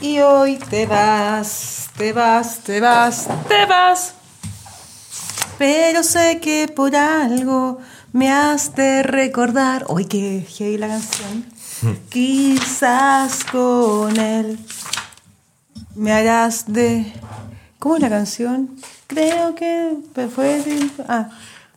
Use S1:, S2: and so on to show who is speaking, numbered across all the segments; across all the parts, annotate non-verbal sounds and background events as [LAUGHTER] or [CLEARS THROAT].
S1: Y hoy te vas, te vas, te vas, te vas. Pero sé que por algo me has de recordar. Hoy que hey la canción. Quizás con él me harás de. ¿Cómo es la canción? Creo que fue. di- Ah,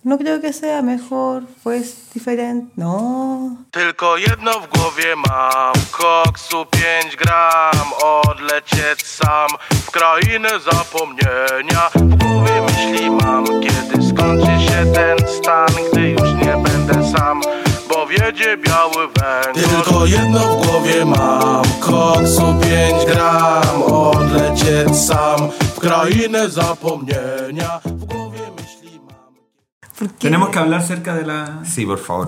S1: no creo que sea mejor, fue diferente. No.
S2: Tylko jedno w głowie mam Koksu 5 gram Odlecieć sam W krainę zapomnienia W głowie myśli mam Kiedy skończy się ten stan Gdy już nie będę sam Bo wiedzie biały węgiel Tylko jedno w głowie mam Koksu 5 gram Odlecieć sam W krainę zapomnienia W głowie myśli mam
S1: ¿Por qué?
S3: Tenemos que hablar cerca de la.
S4: Sí, por favor.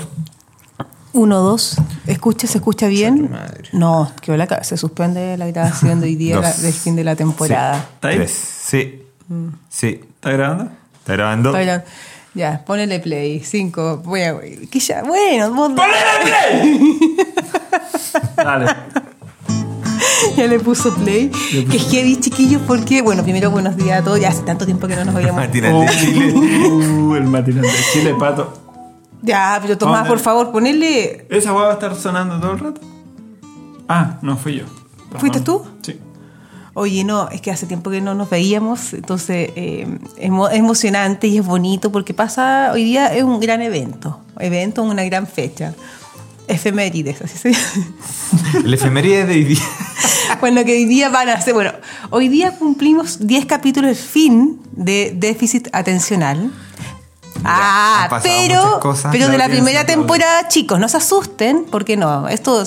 S1: Uno, dos. ¿Escucha? ¿Se escucha bien?
S4: madre.
S1: No, que la ca- se suspende la grabación de hoy día
S4: Dos.
S1: la- del fin de la temporada. Mm.
S3: ¿Está ahí?
S4: Tres. Sí. Sí.
S3: ¿Está grabando?
S4: ¿Está grabando?
S1: Bueno, ya, ponele play. Cinco. Bueno, que ya, bueno, vos- [LAUGHS]
S3: Dale.
S1: ya le puso play. Que es heavy, chiquillos, porque, bueno, primero buenos días a todos. Ya hace tanto tiempo que no nos veíamos.
S4: Matinal Ah,
S3: Oh.
S4: de Chile.
S3: [LAUGHS] Uh, el matinal de Chile, pato.
S1: Ya, pero Tomás,
S3: Ponele.
S1: por favor, ponele.
S3: ¿Esa hueá va a estar sonando todo el rato? Ah, no fui yo. Perdón.
S1: ¿Fuiste tú?
S3: Sí.
S1: Oye, no, es que hace tiempo que no nos veíamos, entonces eh, es mo- es emocionante y es bonito porque pasa, hoy día es un gran evento, evento, una gran fecha, efemérides, así se llama.
S4: [LAUGHS] La efeméride de hoy
S3: [LAUGHS]
S4: día.
S1: Bueno, que hoy día van a ser, bueno, hoy día cumplimos 10 capítulos, el fin de déficit atencional. ah,
S4: han pasado
S1: pero,
S4: muchas cosas,
S1: pero de la
S4: Claudia,
S1: primera
S4: no te
S1: temporada, chicos, no se asusten, porque no, esto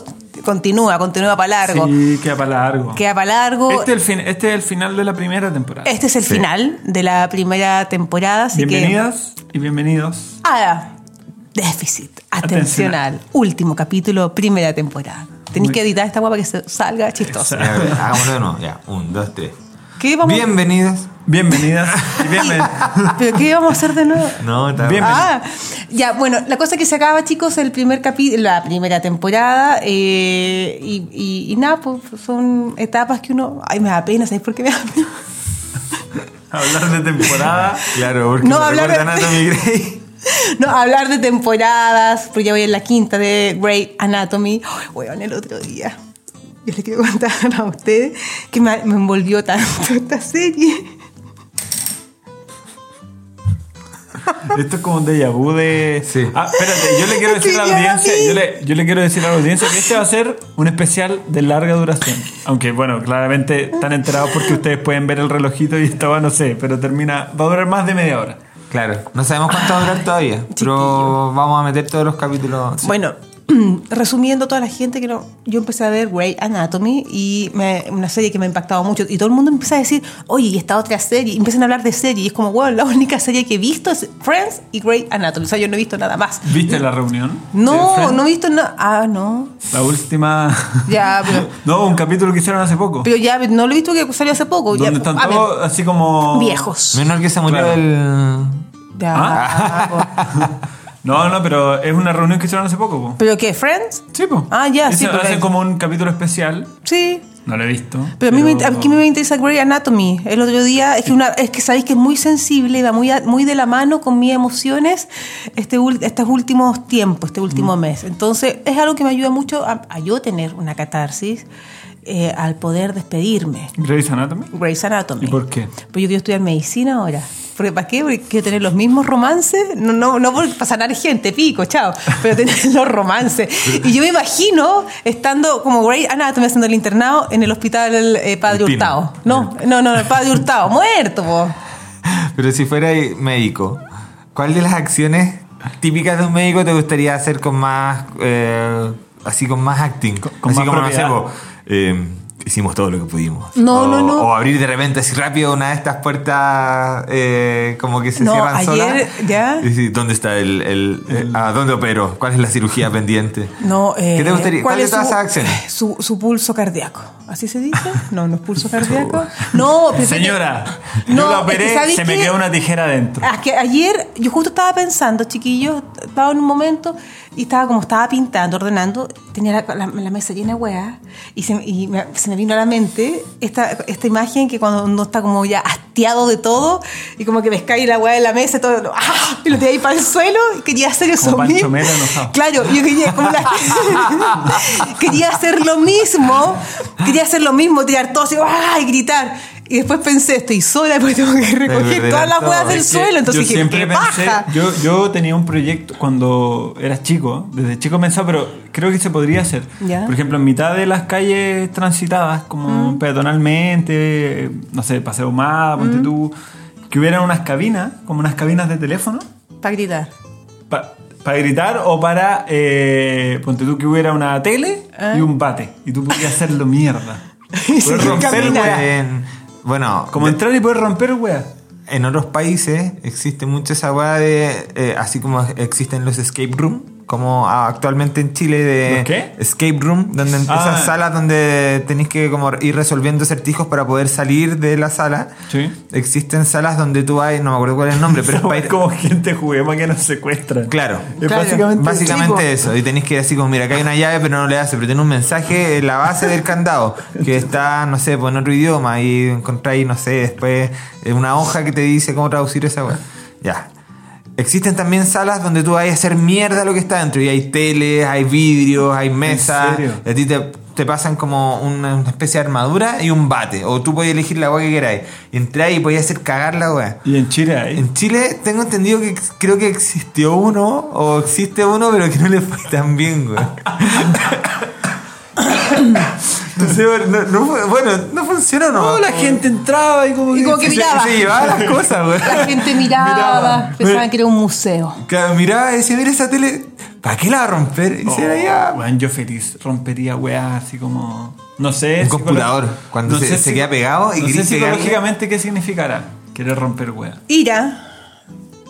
S1: continúa, continúa para largo.
S3: Sí, queda para largo.
S1: Queda para largo.
S3: Este es, el fin- este es el final de la primera temporada.
S1: Este es el
S4: Ah, Sí.
S1: final de la primera temporada, así
S3: Bienvenidas y bienvenidos.
S1: que. Ah, déficit atencional. Último capítulo, primera temporada. Tenéis
S3: Muy-
S1: que editar esta guapa que se salga chistosa.
S4: Ya, a ver, Hagámoslo de nuevo. Ya. Un, dos, tres.
S1: ¿Qué vamos,
S4: Bienvenidos.
S3: Bienvenidas y [LAUGHS] bienvenidos.
S1: ¿Pero qué vamos a hacer de nuevo?
S4: [LAUGHS] No, está
S3: Bien.
S1: Ah, ya, bueno, la cosa que se acaba, chicos, el primer capi- la primera temporada. eh, y, y- y nada, pues, son etapas que uno. Ay, me da pena, ¿sabéis por qué me da pena?
S3: Hablar de temporada.
S4: Claro, porque
S1: No,
S4: me
S1: hablar
S4: recuerda
S1: de-
S4: a Anatomy Grey.
S1: [LAUGHS] No, hablar de temporadas, porque ya voy en la quinta de Grey Anatomy. Oh, weón, el otro día. Yo les quiero contar a ustedes que me, me envolvió tanto [LAUGHS] esta serie.
S3: Esto es como un déjà vu de.
S4: Sí.
S3: Ah, espérate, yo
S1: [LAUGHS]
S3: le quiero decir a
S1: Sí,
S3: la
S1: ya la
S3: audiencia.
S1: vi.
S3: Yo le, yo le quiero decir a la audiencia que este va a ser un especial de larga duración. Aunque, bueno, claramente están enterados porque ustedes pueden ver el relojito y estaba, no sé, pero termina. Va a durar más de media hora.
S4: [LAUGHS] Claro. No sabemos cuánto va a durar todavía. Pero vamos a meter todos los capítulos. Sí.
S1: Bueno, [CLEARS THROAT] resumiendo, toda la gente que no. Yo empecé a ver Grey Anatomy y me- una serie que me ha impactado mucho. Y todo el mundo empieza a decir, oye, y esta otra serie. Y empiezan a hablar de serie. Y es como, weón, la única serie que he visto es Friends y Grey Anatomy. O sea, yo no he visto nada más.
S3: ¿Viste la reunión? de
S1: No,
S3: Friends?
S1: no he visto nada. Ah, no.
S3: La última.
S1: Ya, pero.
S3: [LAUGHS] No, un capítulo que hicieron hace poco.
S1: Pero ya no lo he visto que salió hace poco. Ya,
S3: donde están
S1: a ver,
S3: todos así como.
S1: viejos.
S4: Menor que se murió
S3: Claro.
S4: el.
S1: Ya,
S3: Ah.
S1: po.
S3: [LAUGHS] No, no, pero es una reunión que hicieron hace poco, po.
S1: ¿Pero qué? ¿Friends?
S3: Sí, po.
S1: Ah, ya,
S3: Ese-
S1: sí, pero-
S3: Hacen como un capítulo especial.
S1: Sí.
S3: No lo he visto.
S1: Pero, A, mí me, a mí me interesa Grey Anatomy. El otro día, es que, una, es que sabéis que es muy sensible, va muy, a- muy de la mano con mis emociones este, ul- estos últimos tiempos, este
S3: Mm.
S1: último mes. Entonces, es algo que me ayuda mucho a, a yo tener una catarsis eh, al poder despedirme.
S3: Grey's Anatomy.
S1: Grey's Anatomy.
S3: ¿Y por qué?
S1: Pues yo quiero estudiar medicina ahora. ¿Por- ¿Para qué? Porque quiero tener los mismos romances. No, no, no por, para sanar gente, pico, chao. Pero tener [LAUGHS] los romances. Y yo me imagino estando como Grey Anatomy haciendo el internado en el hospital eh, Padre
S4: El Pino.
S1: Hurtado. No, no, no, el Padre Hurtado, muerto, po.
S4: Pero si fuera médico, ¿cuál de las acciones típicas de un médico te gustaría hacer con más. eh, así con más acting?
S3: con
S4: así
S3: más
S4: como
S3: propiedad.
S4: no sé, po, eh, hicimos todo lo que pudimos.
S1: No,
S4: o,
S1: no, no.
S4: O abrir de repente así rápido una de estas puertas eh, como que se
S1: No,
S4: cierran
S1: ayer,
S4: solas.
S1: ya.
S4: Y sí, ¿Dónde está el. el, eh, ah, ¿Dónde opero? ¿Cuál es la
S3: [LAUGHS]
S4: cirugía pendiente?
S1: No, eh,
S4: ¿Qué te gustaría? ¿Cuál, de todas
S1: su-
S4: esas
S1: [LAUGHS]
S4: acciones?
S1: Su, su pulso cardíaco. ¿Así se dice? No, no es
S4: [LAUGHS]
S1: pulso cardíaco. No, pero-
S3: Señora,
S1: No,
S3: yo la
S1: es que
S3: operé,
S1: ¿sabes
S3: se me
S1: qué?
S3: quedó una tijera dentro.
S1: Ah, que ayer yo justo estaba pensando, chiquillos, estaba en un momento Y estaba como estaba pintando, ordenando, tenía la, la- la mesa llena de weas. Y, se, y me, se me vino a la mente esta, esta imagen que cuando uno está como ya hastiado de todo y como que ves cae la wea de la mesa y todo, lo- ¡ah! y lo tiras ahí para el suelo y quería hacer eso
S3: Pancho
S1: mismo.
S3: Melo enojado.
S1: Claro, yo quería, como la-
S3: [LAUGHS]
S1: quería hacer lo mismo, quería hacer lo mismo, tirar todo así, ¡ah! y gritar. Y después pensé, estoy sola [LAUGHS] porque tengo que recoger
S4: perderán
S1: todas las
S4: todo.
S1: weas del
S4: Es
S3: que
S1: suelo. Entonces
S3: yo
S1: dije,
S3: siempre
S1: ¡qué
S3: pensé,
S1: paja!
S3: Yo, yo tenía un proyecto cuando era chico, desde chico pensaba, pero creo que se podría hacer.
S1: Ya. Mm.
S3: Por ejemplo, en mitad de las calles transitadas, como peatonalmente, no sé, Paseo Más, Ponte
S1: Mm.
S3: tú, que hubieran unas cabinas, como unas cabinas de teléfono,
S1: Para
S3: [LAUGHS]
S1: gritar.
S3: para gritar o para, eh, ponte tú, que hubiera una tele
S1: Ah.
S3: y un bate, y tú podías hacerlo mierda.
S1: [LAUGHS] Sí,
S3: Poder romper
S1: caminar.
S3: weas.
S4: En- bueno,
S3: Como
S4: de-
S3: entrar y poder romper, weá.
S4: en otros países existe mucho esa weá de. eh, así como existen los escape room. Como ah, actualmente en Chile de
S3: ¿Los qué?
S4: escape room, donde en-
S3: Ah.
S4: esas salas donde tenéis que como ir resolviendo certijos para poder salir de la sala.
S3: Sí.
S4: Existen salas donde tú vas, no me acuerdo cuál es el
S3: [LAUGHS]
S4: nombre, pero es para
S3: es
S4: ir-
S3: como gente juguema que nos secuestran.
S4: Claro.
S3: Es
S1: Claro.
S3: básicamente.
S4: Básicamente
S1: Sí,
S4: eso, y tenéis que ir así como, mira, acá hay una llave, pero no le hace, pero tiene un mensaje en la base del candado, que está, no sé, pues en otro idioma, y encontráis, no sé, después eh, una hoja que te dice cómo traducir esa weá. Ya. Existen también salas donde tú vas a hacer mierda lo que está dentro, y hay teles, hay vidrios, hay mesas,
S3: serio?
S4: y a ti te, te pasan como una, una especie de armadura y un bate, o tú podías elegir la weá que queráis, y entráis y podías hacer cagar la weá.
S3: Y en Chile hay.
S4: En Chile tengo entendido que ex- creo que existió uno, o existe uno, pero que no le fue tan
S1: [COUGHS]
S4: bien, güey. No sé, no- no fue- bueno, no funcionó, ¿no?
S3: No, la gente entraba y como.
S1: Y como
S4: Y
S1: que
S4: se,
S1: miraba.
S4: y se llevaba las cosas, güey.
S1: La gente miraba,
S4: Miraba.
S1: pensaban que era un museo.
S4: Claro, miraba y decía, mira esa tele, ¿para qué la va a romper? Y
S3: Oh,
S4: se la llevaba.
S3: weón, yo feliz rompería weá así como. No sé.
S4: Un
S3: psicolo-
S4: computador, cuando se- se
S3: psico-
S4: queda pegado y
S3: No sé
S4: querís pegarle.
S3: psicológicamente qué significará querer romper weá.
S1: Ira,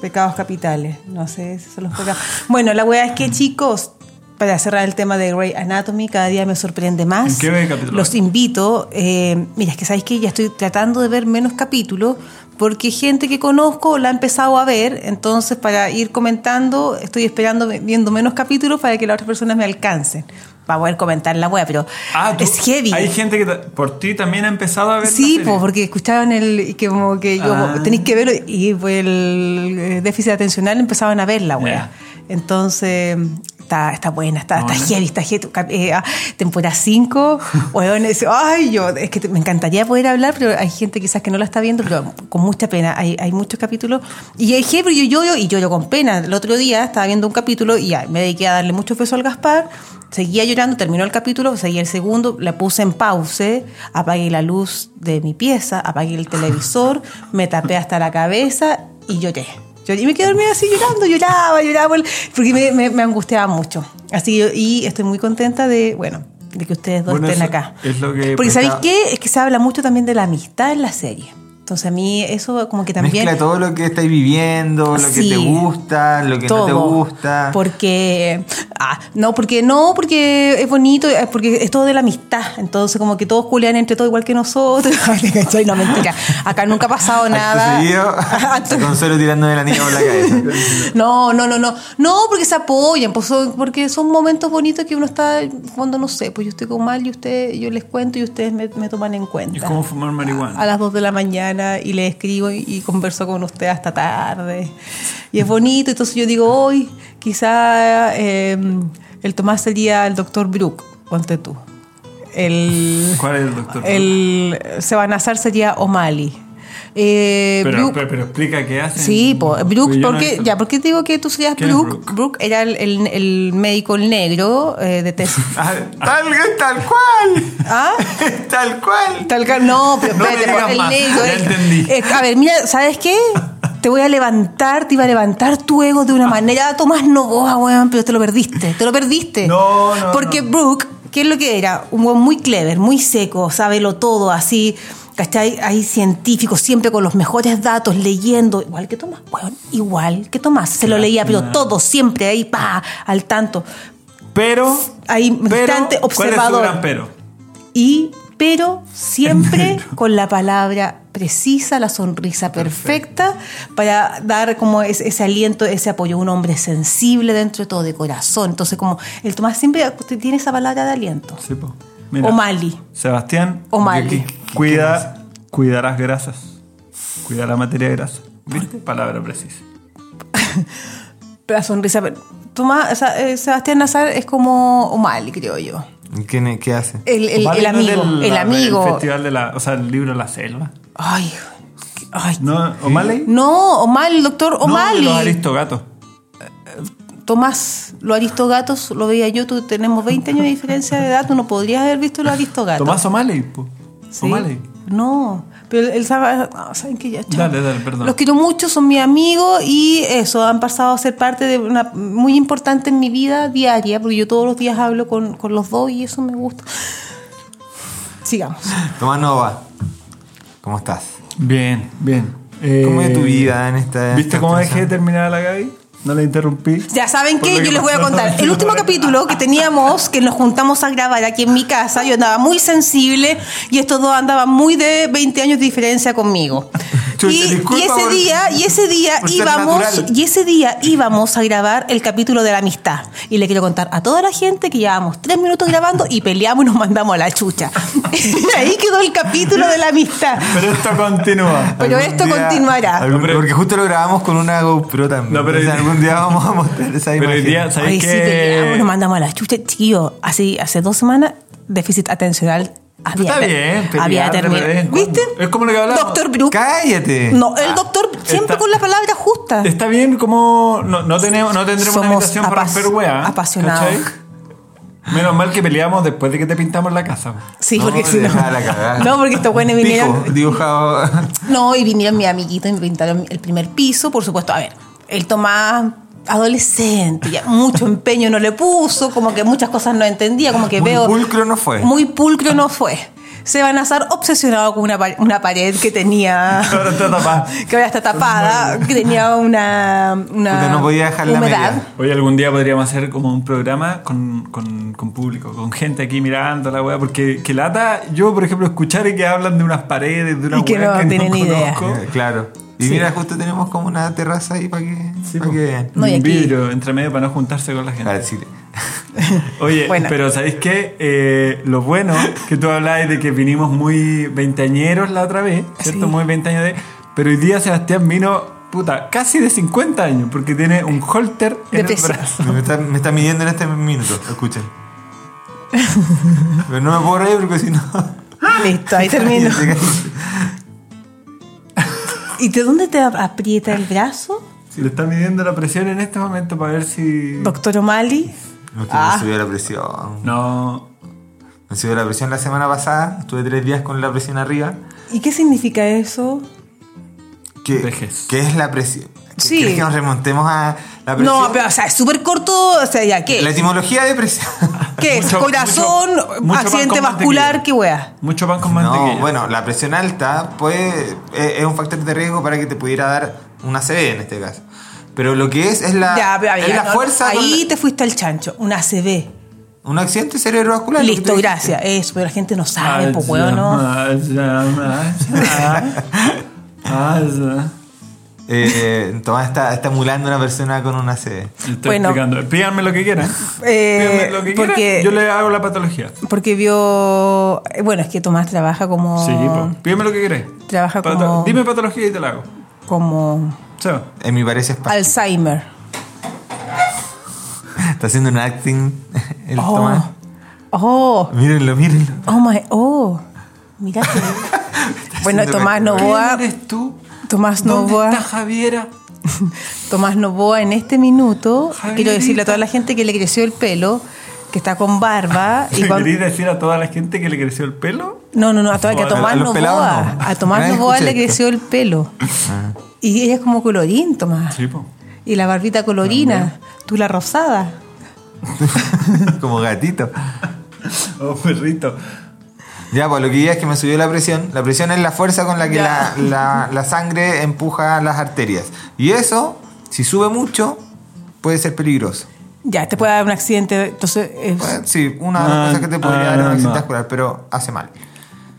S1: pecados capitales. No sé, esos son los pecados. Bueno, la weá es
S3: Mm.
S1: que, chicos, para cerrar el tema de Grey Anatomy, cada día me sorprende más.
S3: ¿En qué capítulo
S1: Los
S3: vas?
S1: invito. eh, mira, es que sabéis que ya estoy tratando de ver menos capítulos porque gente que conozco la ha empezado a ver. Entonces, para ir comentando, estoy esperando viendo menos capítulos para que las otras personas me alcancen. Para poder comentar la web, pero
S3: Ah, tú-
S1: es heavy.
S3: Hay gente que ta- por ti también ha empezado a ver.
S1: Sí,
S3: la serie.
S1: po, porque escuchaban el y que como que yo
S3: Ah.
S1: tenéis que verlo y pues, el eh, déficit atencional empezaban a ver la wea. Entonces está, está buena, está,
S3: Está
S1: está
S3: buena.
S1: heavy, está heavy. Cap- eh, ah, temporada 5, weón, es- ay, yo, es que te- me encantaría poder hablar, pero hay gente quizás que no la está viendo, pero con mucha pena. Hay, hay muchos capítulos. Y hay heavy, pero yo lloro y lloro con pena. El otro día estaba viendo un capítulo y ya, me dediqué a darle mucho peso al Gaspar. Seguía llorando, terminó el capítulo, seguía el segundo, la puse en pause, apagué la luz de mi pieza, apagué el televisor, me tapé hasta la cabeza y lloré. Lloré, Y me quedé dormida así llorando, lloraba, lloraba, porque me, me- me angustiaba mucho. Así que yo- y estoy muy contenta de, bueno, de que ustedes dos
S3: Bueno,
S1: estén
S3: eso
S1: acá.
S3: es lo que
S1: porque ¿sabéis
S3: pensaba.
S1: qué? Es que se habla mucho también de la amistad en la serie. Entonces a mí eso como que también...
S4: Mezcla todo lo que estáis viviendo, lo que
S1: Sí.
S4: te gusta, lo que no te
S1: todo.
S4: gusta.
S1: Porque. Ah, no, porque no, porque es bonito, eh, porque es todo de la amistad. Entonces, como que todos culean entre todos igual que nosotros. [LAUGHS] Te cachai, no, mentira. Acá nunca ha pasado
S4: Acto
S1: nada.
S4: seguido,
S1: [LAUGHS] Acto-
S4: Consuelo tirándome la niña por
S1: [LAUGHS]
S4: la cabeza.
S1: no, no, no, no. No, porque se apoyan, pues, son- porque son momentos bonitos que uno está, cuando no sé, pues yo estoy con mal y usted, yo les cuento y ustedes me, me toman en cuenta.
S3: Es como fumar marihuana.
S1: A las 2 de la mañana y le escribo y, y converso con usted hasta tarde. Y es bonito, entonces yo digo, hoy quizá eh, el Tomás sería el doctor Brook, ponte tú. El,
S3: ¿Cuál es el doctor?
S1: el Sebanazar sería O'Malley. Eh,
S3: pero,
S1: Brooke-
S3: pero, pero explica qué hacen.
S1: Sí, po, Brooke,
S3: Porque yo no
S1: ¿por
S3: he
S1: qué,
S3: visto-
S1: ya, ¿por qué te digo que tú serías
S3: ¿Quién es
S1: Brooke?
S3: Brooke?
S1: Brooke? era el, el- el médico el negro eh, de
S3: [LAUGHS]
S1: Tess.
S4: Ah, Tal, tal cual.
S1: ¿Ah?
S4: [LAUGHS] Tal cual.
S1: Tal ca- No, pero
S4: No me
S1: espérate,
S4: digas
S1: po, el
S4: más,
S1: negro.
S3: ya
S1: el-
S3: entendí.
S1: eh, a ver, mira, ¿sabes qué? Te voy a levantar, te iba a levantar tu ego
S3: Ah.
S1: de una manera, Tomás Novoa, weón, pero te lo perdiste, te lo perdiste.
S3: No, no,
S1: Porque
S3: no.
S1: Brooke, ¿qué es lo que era? Un weón muy clever, muy seco, sábelo todo, así, ¿cachai? Ahí científico, siempre con los mejores datos, leyendo, igual que Tomás, weón, igual que Tomás. Se lo leía, pero todo, siempre ahí, pa, al tanto.
S3: Pero.
S1: Ahí,
S3: pero,
S1: distante,
S3: ¿Cuál es su
S1: observador.
S3: gran pero?
S1: Y, pero
S3: [LAUGHS]
S1: siempre con la palabra precisa, la sonrisa perfecta, para dar como es- ese aliento, ese apoyo. Un hombre sensible dentro de todo, de corazón. Entonces, como el Tomás siempre tiene esa palabra de aliento.
S3: Sí, po. Mira,
S1: O Mali.
S3: Sebastián.
S1: O Mali.
S3: Cuida, cuida las grasas. Cuida la materia grasa. ¿Viste? Palabra precisa.
S1: La sonrisa. per- Tomás, o sea, eh, Sebastián Nazar es como O'Malley, creo yo.
S4: ¿Quién es- ¿Qué hace?
S1: El, el- el
S3: Vale, no es
S1: amigo.
S3: del-
S1: el
S3: la-
S1: amigo.
S3: El festival de la. O sea, el libro La Selva.
S1: Ay, ay. No,
S3: ¿No? ¿O'Malley?
S1: O'Malley, el doctor O'Malley.
S3: No, los aristogatos.
S1: Tomás, los aristogatos lo veía yo, tú tenemos 20 años de diferencia de edad, tú no podrías haber visto los aristogatos.
S3: Tomás O'Malley. po.
S1: Sí.
S3: O'Malley.
S1: No, pero él sabe, ah, saben que ya. chao.
S3: Dale, dale, perdón.
S1: Los quiero mucho, son mis amigos y eso, han pasado a ser parte de una muy importante en mi vida diaria, porque yo todos los días hablo con, con los dos y eso me gusta. Sigamos.
S4: Tomás Nova. ¿Cómo estás?
S3: Bien, bien.
S4: ¿Cómo
S3: Eh,
S4: es tu vida en esta. en
S3: ¿Viste
S4: esta
S3: cómo
S4: transición?
S3: dejé de terminar a la Gaby? No la interrumpí.
S1: Ya saben
S3: Por
S1: qué,
S3: lo
S1: yo
S3: que
S1: les voy a
S3: pasó.
S1: contar. El último capítulo que teníamos, que nos juntamos a grabar aquí en mi casa, yo andaba muy sensible y estos dos andaban muy de 20 años de diferencia conmigo. Y,
S4: Chuta, disculpa
S1: y ese
S4: por-
S1: día, y ese día
S4: por ser
S1: íbamos,
S4: natural.
S1: y ese día íbamos a grabar el capítulo de la amistad. Y le quiero contar a toda la gente que llevábamos tres minutos grabando y peleamos y nos mandamos a la chucha. [LAUGHS] Y ahí quedó el capítulo de la amistad.
S3: Pero esto
S4: [LAUGHS]
S3: continúa.
S1: Pero
S4: Algún
S1: esto
S4: día-
S1: continuará.
S4: algún-
S3: No, pero-
S4: porque justo lo grabamos con una GoPro también.
S3: No, pero-
S4: Entonces, algún día vamos a mostrar [LAUGHS] esa
S3: Pero
S4: imagen.
S3: hoy día,
S1: Ay,
S3: ¿sabéis
S1: sí, peleamos, nos
S3: qué?
S1: mandamos a la chucha, chiquillo. Así, hace dos semanas, déficit atencional había,
S3: Está bien, pelear
S1: había
S3: de vez
S1: terminado.
S3: en cuando.
S1: ¿Viste?
S3: Es como lo que hablamos.
S1: Doctor Brook.
S4: ¡Cállate! Ah.
S1: No, el doctor siempre
S3: está-
S1: con la palabra justa.
S3: Está bien como no, no, tenemos, no tendremos una
S1: Ah. Somos
S3: habitación para
S1: apas-
S3: romper weá. ¿eh?
S1: apasionados.
S3: ¿cachai? Menos mal que peleamos después de que te pintamos la casa.
S1: Sí,
S4: No,
S1: porque si no.
S4: deja la cagada.
S1: [LAUGHS] No, porque estos buenos vinieron.
S4: Pico, [LAUGHS] dibujado.
S1: No, y vinieron mis amiguitos y me pintaron el primer piso, por supuesto. A ver, el Tomás adolescente, ya
S4: [LAUGHS]
S1: mucho empeño no le puso, como que muchas cosas no entendía, como que
S4: Muy
S1: veo...
S4: pulcro no fue.
S1: Muy pulcro no fue. Se van a estar obsesionado con una, pa- una pared que
S4: [LAUGHS]
S1: tenía...
S3: Ahora está tapada.
S1: que ahora está tapada, que tenía una... una
S4: Puta, no podía dejarla
S1: humedad.
S4: media.
S3: Hoy algún día podríamos hacer como un programa con, con- con público, con gente aquí mirando la weá, porque que lata, yo por ejemplo escucharé que hablan de unas paredes, de una
S1: Y que
S3: weá
S1: no tienen idea.
S3: conozco.
S4: [LAUGHS] Claro. Y mira, justo tenemos como una terraza ahí para que,
S3: Sí,
S4: pa'
S3: po.
S4: que vean.
S1: No, y
S3: un
S1: aquí-
S3: vidrio entre medio para no juntarse con la gente.
S4: Para el Chile.
S3: Oye,
S1: Bueno.
S3: pero ¿sabéis qué? Eh, lo bueno que tú habláis de que vinimos muy veinteañeros la otra vez, ¿cierto?
S1: Sí.
S3: Muy veinteaños de... Pero hoy día Sebastián vino, puta, casi de 50 años, porque tiene un holter
S1: De
S3: en el
S1: peso.
S3: brazo.
S4: Me está, me está midiendo en este minuto.
S1: [LAUGHS]
S4: Escuchen. Pero no me puedo reír porque si no.
S1: Ah, Listo,
S4: [LAUGHS]
S1: ahí termino.
S4: Cállate, cállate.
S1: ¿Y de dónde te aprieta el brazo,
S3: Le está midiendo la presión en este momento para ver si...
S1: doctor O'Malley?
S4: No, que
S1: Ah.
S4: me subió la presión.
S3: No,
S4: Me subió la presión la semana pasada. Estuve tres días con la presión arriba.
S1: ¿Y qué significa eso?
S4: ¿Qué,
S3: Vejez.
S4: qué es la presión?
S1: Sí.
S4: ¿Quieres que nos remontemos a la presión?
S1: No, pero o sea, es súper corto, o sea, ya,
S4: La
S1: ¿qué?
S4: etimología de presión.
S1: [LAUGHS] ¿Qué es?
S3: Mucho-
S1: ¿Corazón?
S3: mucho- mucho
S1: ¿Accidente
S3: pan con
S1: vascular?
S3: mantequilla.
S1: ¿Qué wea?
S3: mucho pan con mantequilla.
S4: No, bueno, la presión alta puede, es, es un factor de riesgo para que te pudiera dar una CV en este caso. Pero lo que es es la,
S1: Ya, pero
S4: es
S1: ya,
S4: Ah, la
S1: no,
S4: fuerza. con
S1: Ahí te fuiste al chancho, una ACV.
S4: la- un accidente cerebrovascular. lo que
S1: Listo,
S4: tú dijiste.
S1: gracias. Eso, pero la gente no sabe, pues weón, ¿no?
S4: Eh, [LAUGHS] Tomás está, está emulando a una persona con una CV.
S3: Estoy
S1: Bueno.
S3: explicando. Pídanme lo que quieran.
S1: Eh,
S3: Pídanme lo que quieran.
S1: porque-
S3: Yo le hago la patología.
S1: Porque vio. eh, Bueno, es que Tomás trabaja como.
S3: Sí, po. pídeme lo que querés.
S1: Trabaja
S3: Pato-
S1: como-
S3: Dime patología y te la hago.
S1: como.
S3: Chao.
S4: En mi parecer es pa-
S1: Alzheimer.
S4: Está haciendo un acting [LAUGHS] el Tomás.
S1: Oh. Oh.
S4: Mírenlo, mírenlo. [LAUGHS]
S1: Oh my. Oh. Mira.
S3: [LAUGHS]
S1: que- bueno,
S4: haciendo
S1: Tomás
S4: recuerdo.
S1: Novoa.
S3: eres tú?
S1: Tomás
S3: ¿Dónde
S1: Novoa.
S3: está Javiera?
S1: Tomás Novoa en este minuto,
S3: Javierita.
S1: quiero decirle a toda la gente que le creció el pelo, que está con
S4: [LAUGHS]
S1: barba. y
S3: ¿Le
S1: cuan-
S3: querés decir a toda la gente que le creció el pelo?
S1: No, no, no, a, toda- que a
S3: Bueno,
S1: Tomás
S4: a los
S1: Novoa.
S4: pelados no.
S1: A Tomás
S4: Nadie
S1: Novoa
S4: escucha
S1: le
S4: esto. Ah.
S1: creció el pelo. Y ella es como colorín, Tomás.
S3: Sí, po.
S1: Y la barbita colorina, tú la rosada.
S4: Como gatito.
S3: Oh, perrito.
S4: Ya, pues lo que diría es que me subió la presión. La presión es la fuerza con la que la,
S1: Ya.
S4: la- la sangre empuja las arterias. Y eso, si sube mucho, puede ser peligroso.
S1: Ya, te puede dar un accidente. Entonces, eh, es-
S4: Bueno, sí, una de las
S3: Ah,
S4: cosas que te podría
S3: ah,
S4: dar un
S3: no.
S4: accidente vascular, pero hace mal.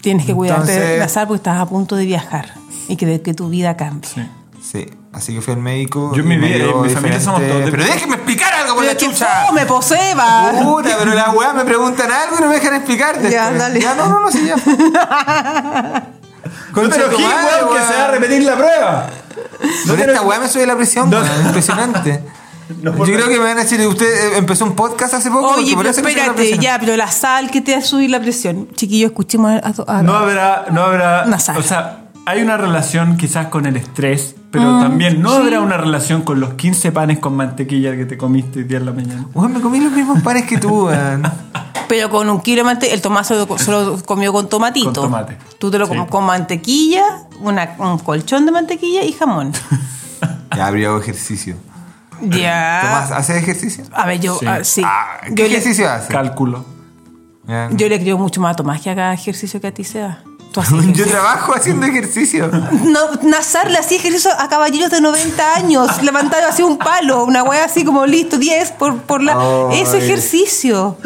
S1: Tienes que cuidarte
S4: Entonces-
S1: del azar porque estás a punto de viajar y que, que tu vida cambie.
S3: Sí.
S4: Sí, así que fui al médico.
S3: Yo en mi
S4: y me
S3: vida-
S4: dio
S3: en mi familia somos
S4: diferentes-
S3: todos de-
S4: Pero déjenme explicar algo por
S1: Pero es
S4: la
S1: que
S4: chucha. Uh,
S1: me poseba.
S4: Puta, pero las weas me preguntan algo y no me dejan explicarte.
S1: Ya,
S4: esto.
S1: dale.
S4: Ya, no, no, no,
S1: [LAUGHS]
S4: sí, ya.
S3: No te
S4: Concha tu
S3: enojes,
S4: madre,
S3: weón, que
S4: weón.
S3: se va a repetir la prueba.
S4: Pero
S3: te
S4: esta
S3: enojes.
S4: weá me sube la presión,
S3: No.
S4: weón, impresionante.
S3: [LAUGHS] No,
S4: Yo
S3: por-
S4: creo que me van a decir, usted eh, empezó un podcast hace poco. porque
S1: Oye,
S4: por
S1: pero
S4: eso me sube la
S1: espérate,
S4: presión.
S1: ya, pero la sal que te va a subir la presión. Chiquillo, escuchemos a, a- a-
S3: No habrá, no habrá.
S1: Una sal.
S3: O sea, hay una relación quizás con el estrés, pero
S1: Mm,
S3: también no habrá una relación con los 15 panes con mantequilla que te comiste hoy día en la mañana.
S4: Weón, me comí los mismos panes que
S3: [LAUGHS]
S4: tú, weón.
S1: Pero con un kilo de mantequilla, el Tomás se lo, co- se lo comió con tomatito.
S3: Con tomate.
S1: Tú te lo
S3: Sí.
S1: comes con mantequilla, una- un colchón de mantequilla y jamón.
S4: [LAUGHS] Ya habría ejercicio.
S1: ya.
S4: Tomás, ¿haces ejercicio?
S1: A ver, yo
S3: Sí.
S1: ah, sí.
S4: Ah, ¿Qué
S1: yo, le,
S4: ejercicio haces?
S3: Cálculo.
S4: Ya.
S1: yo le creo mucho más a Tomás que haga ejercicio que a ti sea. Tú haces
S4: [LAUGHS] Yo
S1: ejercicio.
S4: trabajo haciendo
S3: [LAUGHS]
S4: ejercicio.
S1: No, Nazar le hacía ejercicio a caballeros de 90 años, [LAUGHS] levantado así un palo, una wea así como listo, 10 por, por la.
S4: Ay.
S1: Eso ejercicio.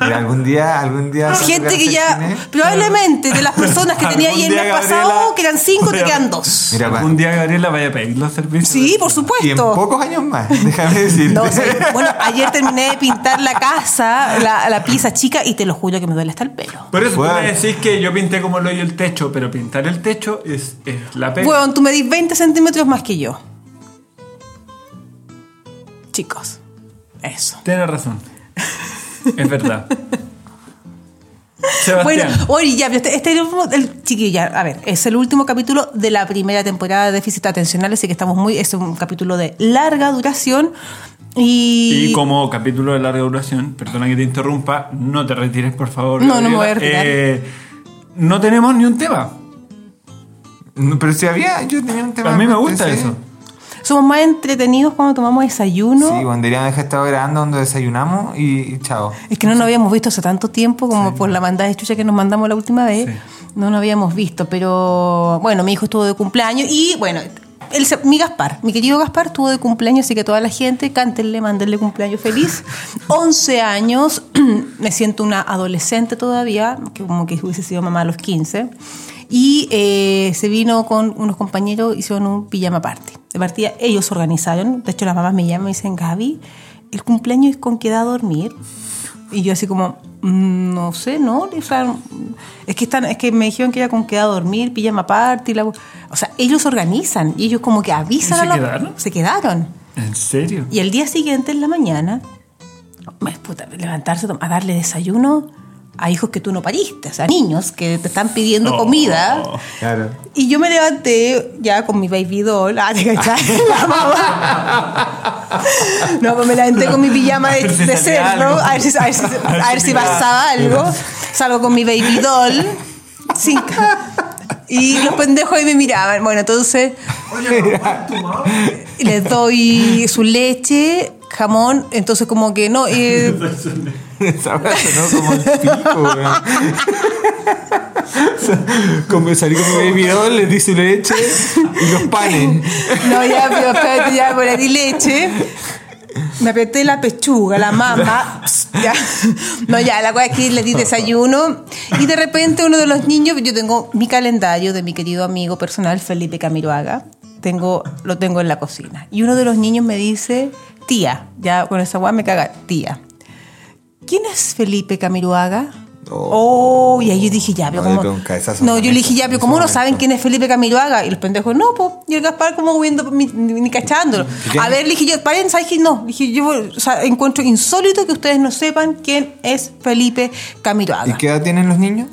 S4: Mira, algún día, algún día.
S1: Gente que
S4: ¿Quién
S1: ya,
S4: es?
S1: probablemente de las personas
S3: [LAUGHS]
S1: que tenía ahí el
S3: Algún
S1: mes
S3: día,
S1: pasado,
S3: Gabriela,
S1: quedan 5, te quedan 2.
S4: Mira,
S3: Algún día Gabriela vaya a pedir los servicios.
S1: Sí, por
S4: Y en
S1: supuesto.
S4: pocos años más, [LAUGHS] déjame decirte.
S1: No, sí. Bueno, ayer terminé de pintar la casa, la, la pieza chica, y te lo juro que me duele hasta el pelo.
S3: Por eso
S4: Bueno.
S3: tú me decís que yo pinté como lo hoyo el techo, pero pintar el techo es, es la pega.
S1: Bueno, tú medís 20 centímetros más que yo. Chicos, eso.
S3: Tienes razón. Es verdad. Sebastián.
S1: Bueno, oye, ya, pero este, este es el, último- el- chiquillo, ya, a ver, es el último capítulo de la primera temporada de déficit atencional, así que estamos muy, es un capítulo de larga duración y,
S3: Y como capítulo de larga duración, perdona que te interrumpa, no te retires, por favor.
S1: No, no me voy a retirar.
S3: Eh, no tenemos ni un tema.
S4: No, Pero si había, yo tenía un tema.
S3: A mí me gusta eso.
S1: somos más entretenidos cuando tomamos
S4: Sí,
S1: desayuno.
S4: cuando deberíamos haber estado grabando donde desayunamos y, y chao.
S1: es que no nos habíamos visto hace tanto tiempo como por la mandada de chucha que nos mandamos la última vez.
S3: Sí.
S1: No nos habíamos visto, pero bueno, mi hijo estuvo de cumpleaños y bueno, el se- mi Gaspar, mi querido Gaspar estuvo de cumpleaños, así que toda la gente, cántenle, mándenle cumpleaños feliz. 11 años, [CLEARS THROAT] me siento una adolescente todavía, que como que hubiese sido mamá a los 15. Y eh, se vino con unos compañeros, hicieron un pijama party. De partida, ellos organizaron. De hecho, las mamás me llaman y me dicen, Gaby, el cumpleaños es con qué edad dormir. Y yo así como, mm, no sé, ¿no? O sea, es que están, es que me dijeron que era con quedar a dormir, pijama party, la... O sea, ellos organizan y ellos como que avisan
S3: ¿Y
S1: a
S3: se
S1: la-
S3: quedaron?
S1: Se quedaron.
S3: ¿En serio?
S1: Y el día siguiente, en la mañana, me- puta, levantarse a darle desayuno a hijos que tú no pariste, o sea, niños que te están pidiendo
S3: Oh.
S1: comida.
S4: Claro.
S1: Y yo me levanté ya con mi baby doll. Ah, [LAUGHS] ¿te cachai? La mamá. No, pues me levanté con mi pijama
S3: A
S1: de,
S3: ver si
S1: de
S3: salía
S1: cerdo.
S3: algo.
S1: A ver si, a ver si- a ver si
S3: miraba.
S1: pasaba algo. Salgo con mi baby doll. Sin ca- y los pendejos ahí me miraban. Bueno, entonces les doy su leche, jamón. Entonces, como que no. eh,
S4: [LAUGHS] Esa wea sonó como el pico, weón. [LAUGHS] Como salí con mi baby doll, les di su leche y los panes.
S1: No, ya, pero espérate, ya, por ahí leche. Me apreté la pechuga, la mama. Ya. No, ya, la cosa es que le di desayuno. Y de repente uno de los niños, yo tengo mi calendario de mi querido amigo personal, Felipe Camiroaga. Tengo, lo tengo en la cocina. Y uno de los niños me dice, tía, ya con esa guay me caga, tía. ¿Quién es Felipe Camiroaga? Oh, y ahí yo dije, ya, pero
S4: No, le
S1: como.
S4: pegó un cabezazo
S1: No,
S4: en la
S1: yo le
S4: mesa
S1: dije, ya,
S4: en
S1: pero
S4: ese
S1: como no
S4: momento.
S1: saben quién es Felipe Camiroaga? Y los pendejos, no, po. Y el Gaspar, como viendo, ni, ni- ni cachándolo.
S4: ¿Y quién?
S1: A ver, le dije yo, paren, ¿sabes qué? No. Le dije, yo o sea, encuentro insólito que ustedes no sepan quién es Felipe
S4: ¿Y
S1: Camiroaga.
S4: qué edad tienen los niños?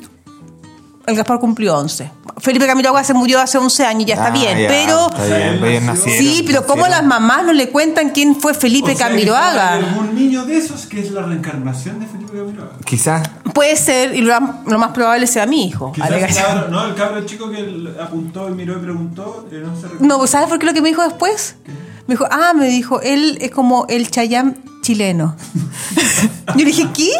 S1: El Gaspar cumplió 11. Felipe Camiroaga se murió hace 11 años, ya está
S4: Ah,
S1: bien,
S4: ya,
S1: pero.
S4: Está bien, bien nacieron,
S1: Sí, pero ¿cómo las
S4: nacieron.
S1: mamás no le cuentan quién fue Felipe Camiroaga?
S3: Un niño de esos que es la reencarnación de Felipe Camiroaga.
S4: Quizás.
S1: Puede ser, y lo, lo más probable sea mi hijo. Ale-
S3: no, el cabro chico que apuntó y miró y preguntó, eh, no se
S1: No, ¿sabes por qué lo que me dijo después? Me dijo, ah, me dijo, él es como el Chayam chileno. [LAUGHS] Yo le dije, ¿qué?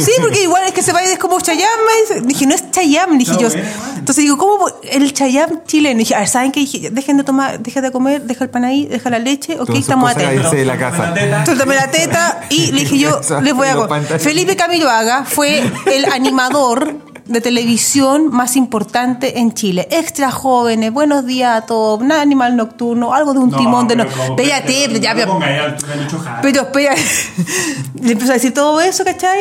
S1: Sí, porque igual es que se vaya, es como Chayam. me dice. Dije, no es Chayam, le dije
S3: Está
S1: yo.
S3: bueno, bueno.
S1: Entonces digo, ¿cómo po- el Chayam chileno? Y dije, a ver, ¿saben qué? Dije, dejen de tomar, dejen de comer, deja el pan ahí, deja la leche, ok,
S4: Todas sus
S1: estamos
S4: cosas
S1: atentos.
S4: Ese de la casa.
S1: Suéltame la teta y le dije yo, les voy a...
S4: Los pantalones.
S1: Felipe Camiroaga fue el animador de televisión más importante en Chile. Extra jóvenes, buenos días a todos, un animal nocturno, algo de un timón de no. Espérate, ya, ya- pero espera, [LAUGHS] le empezó a decir todo eso, ¿cachai?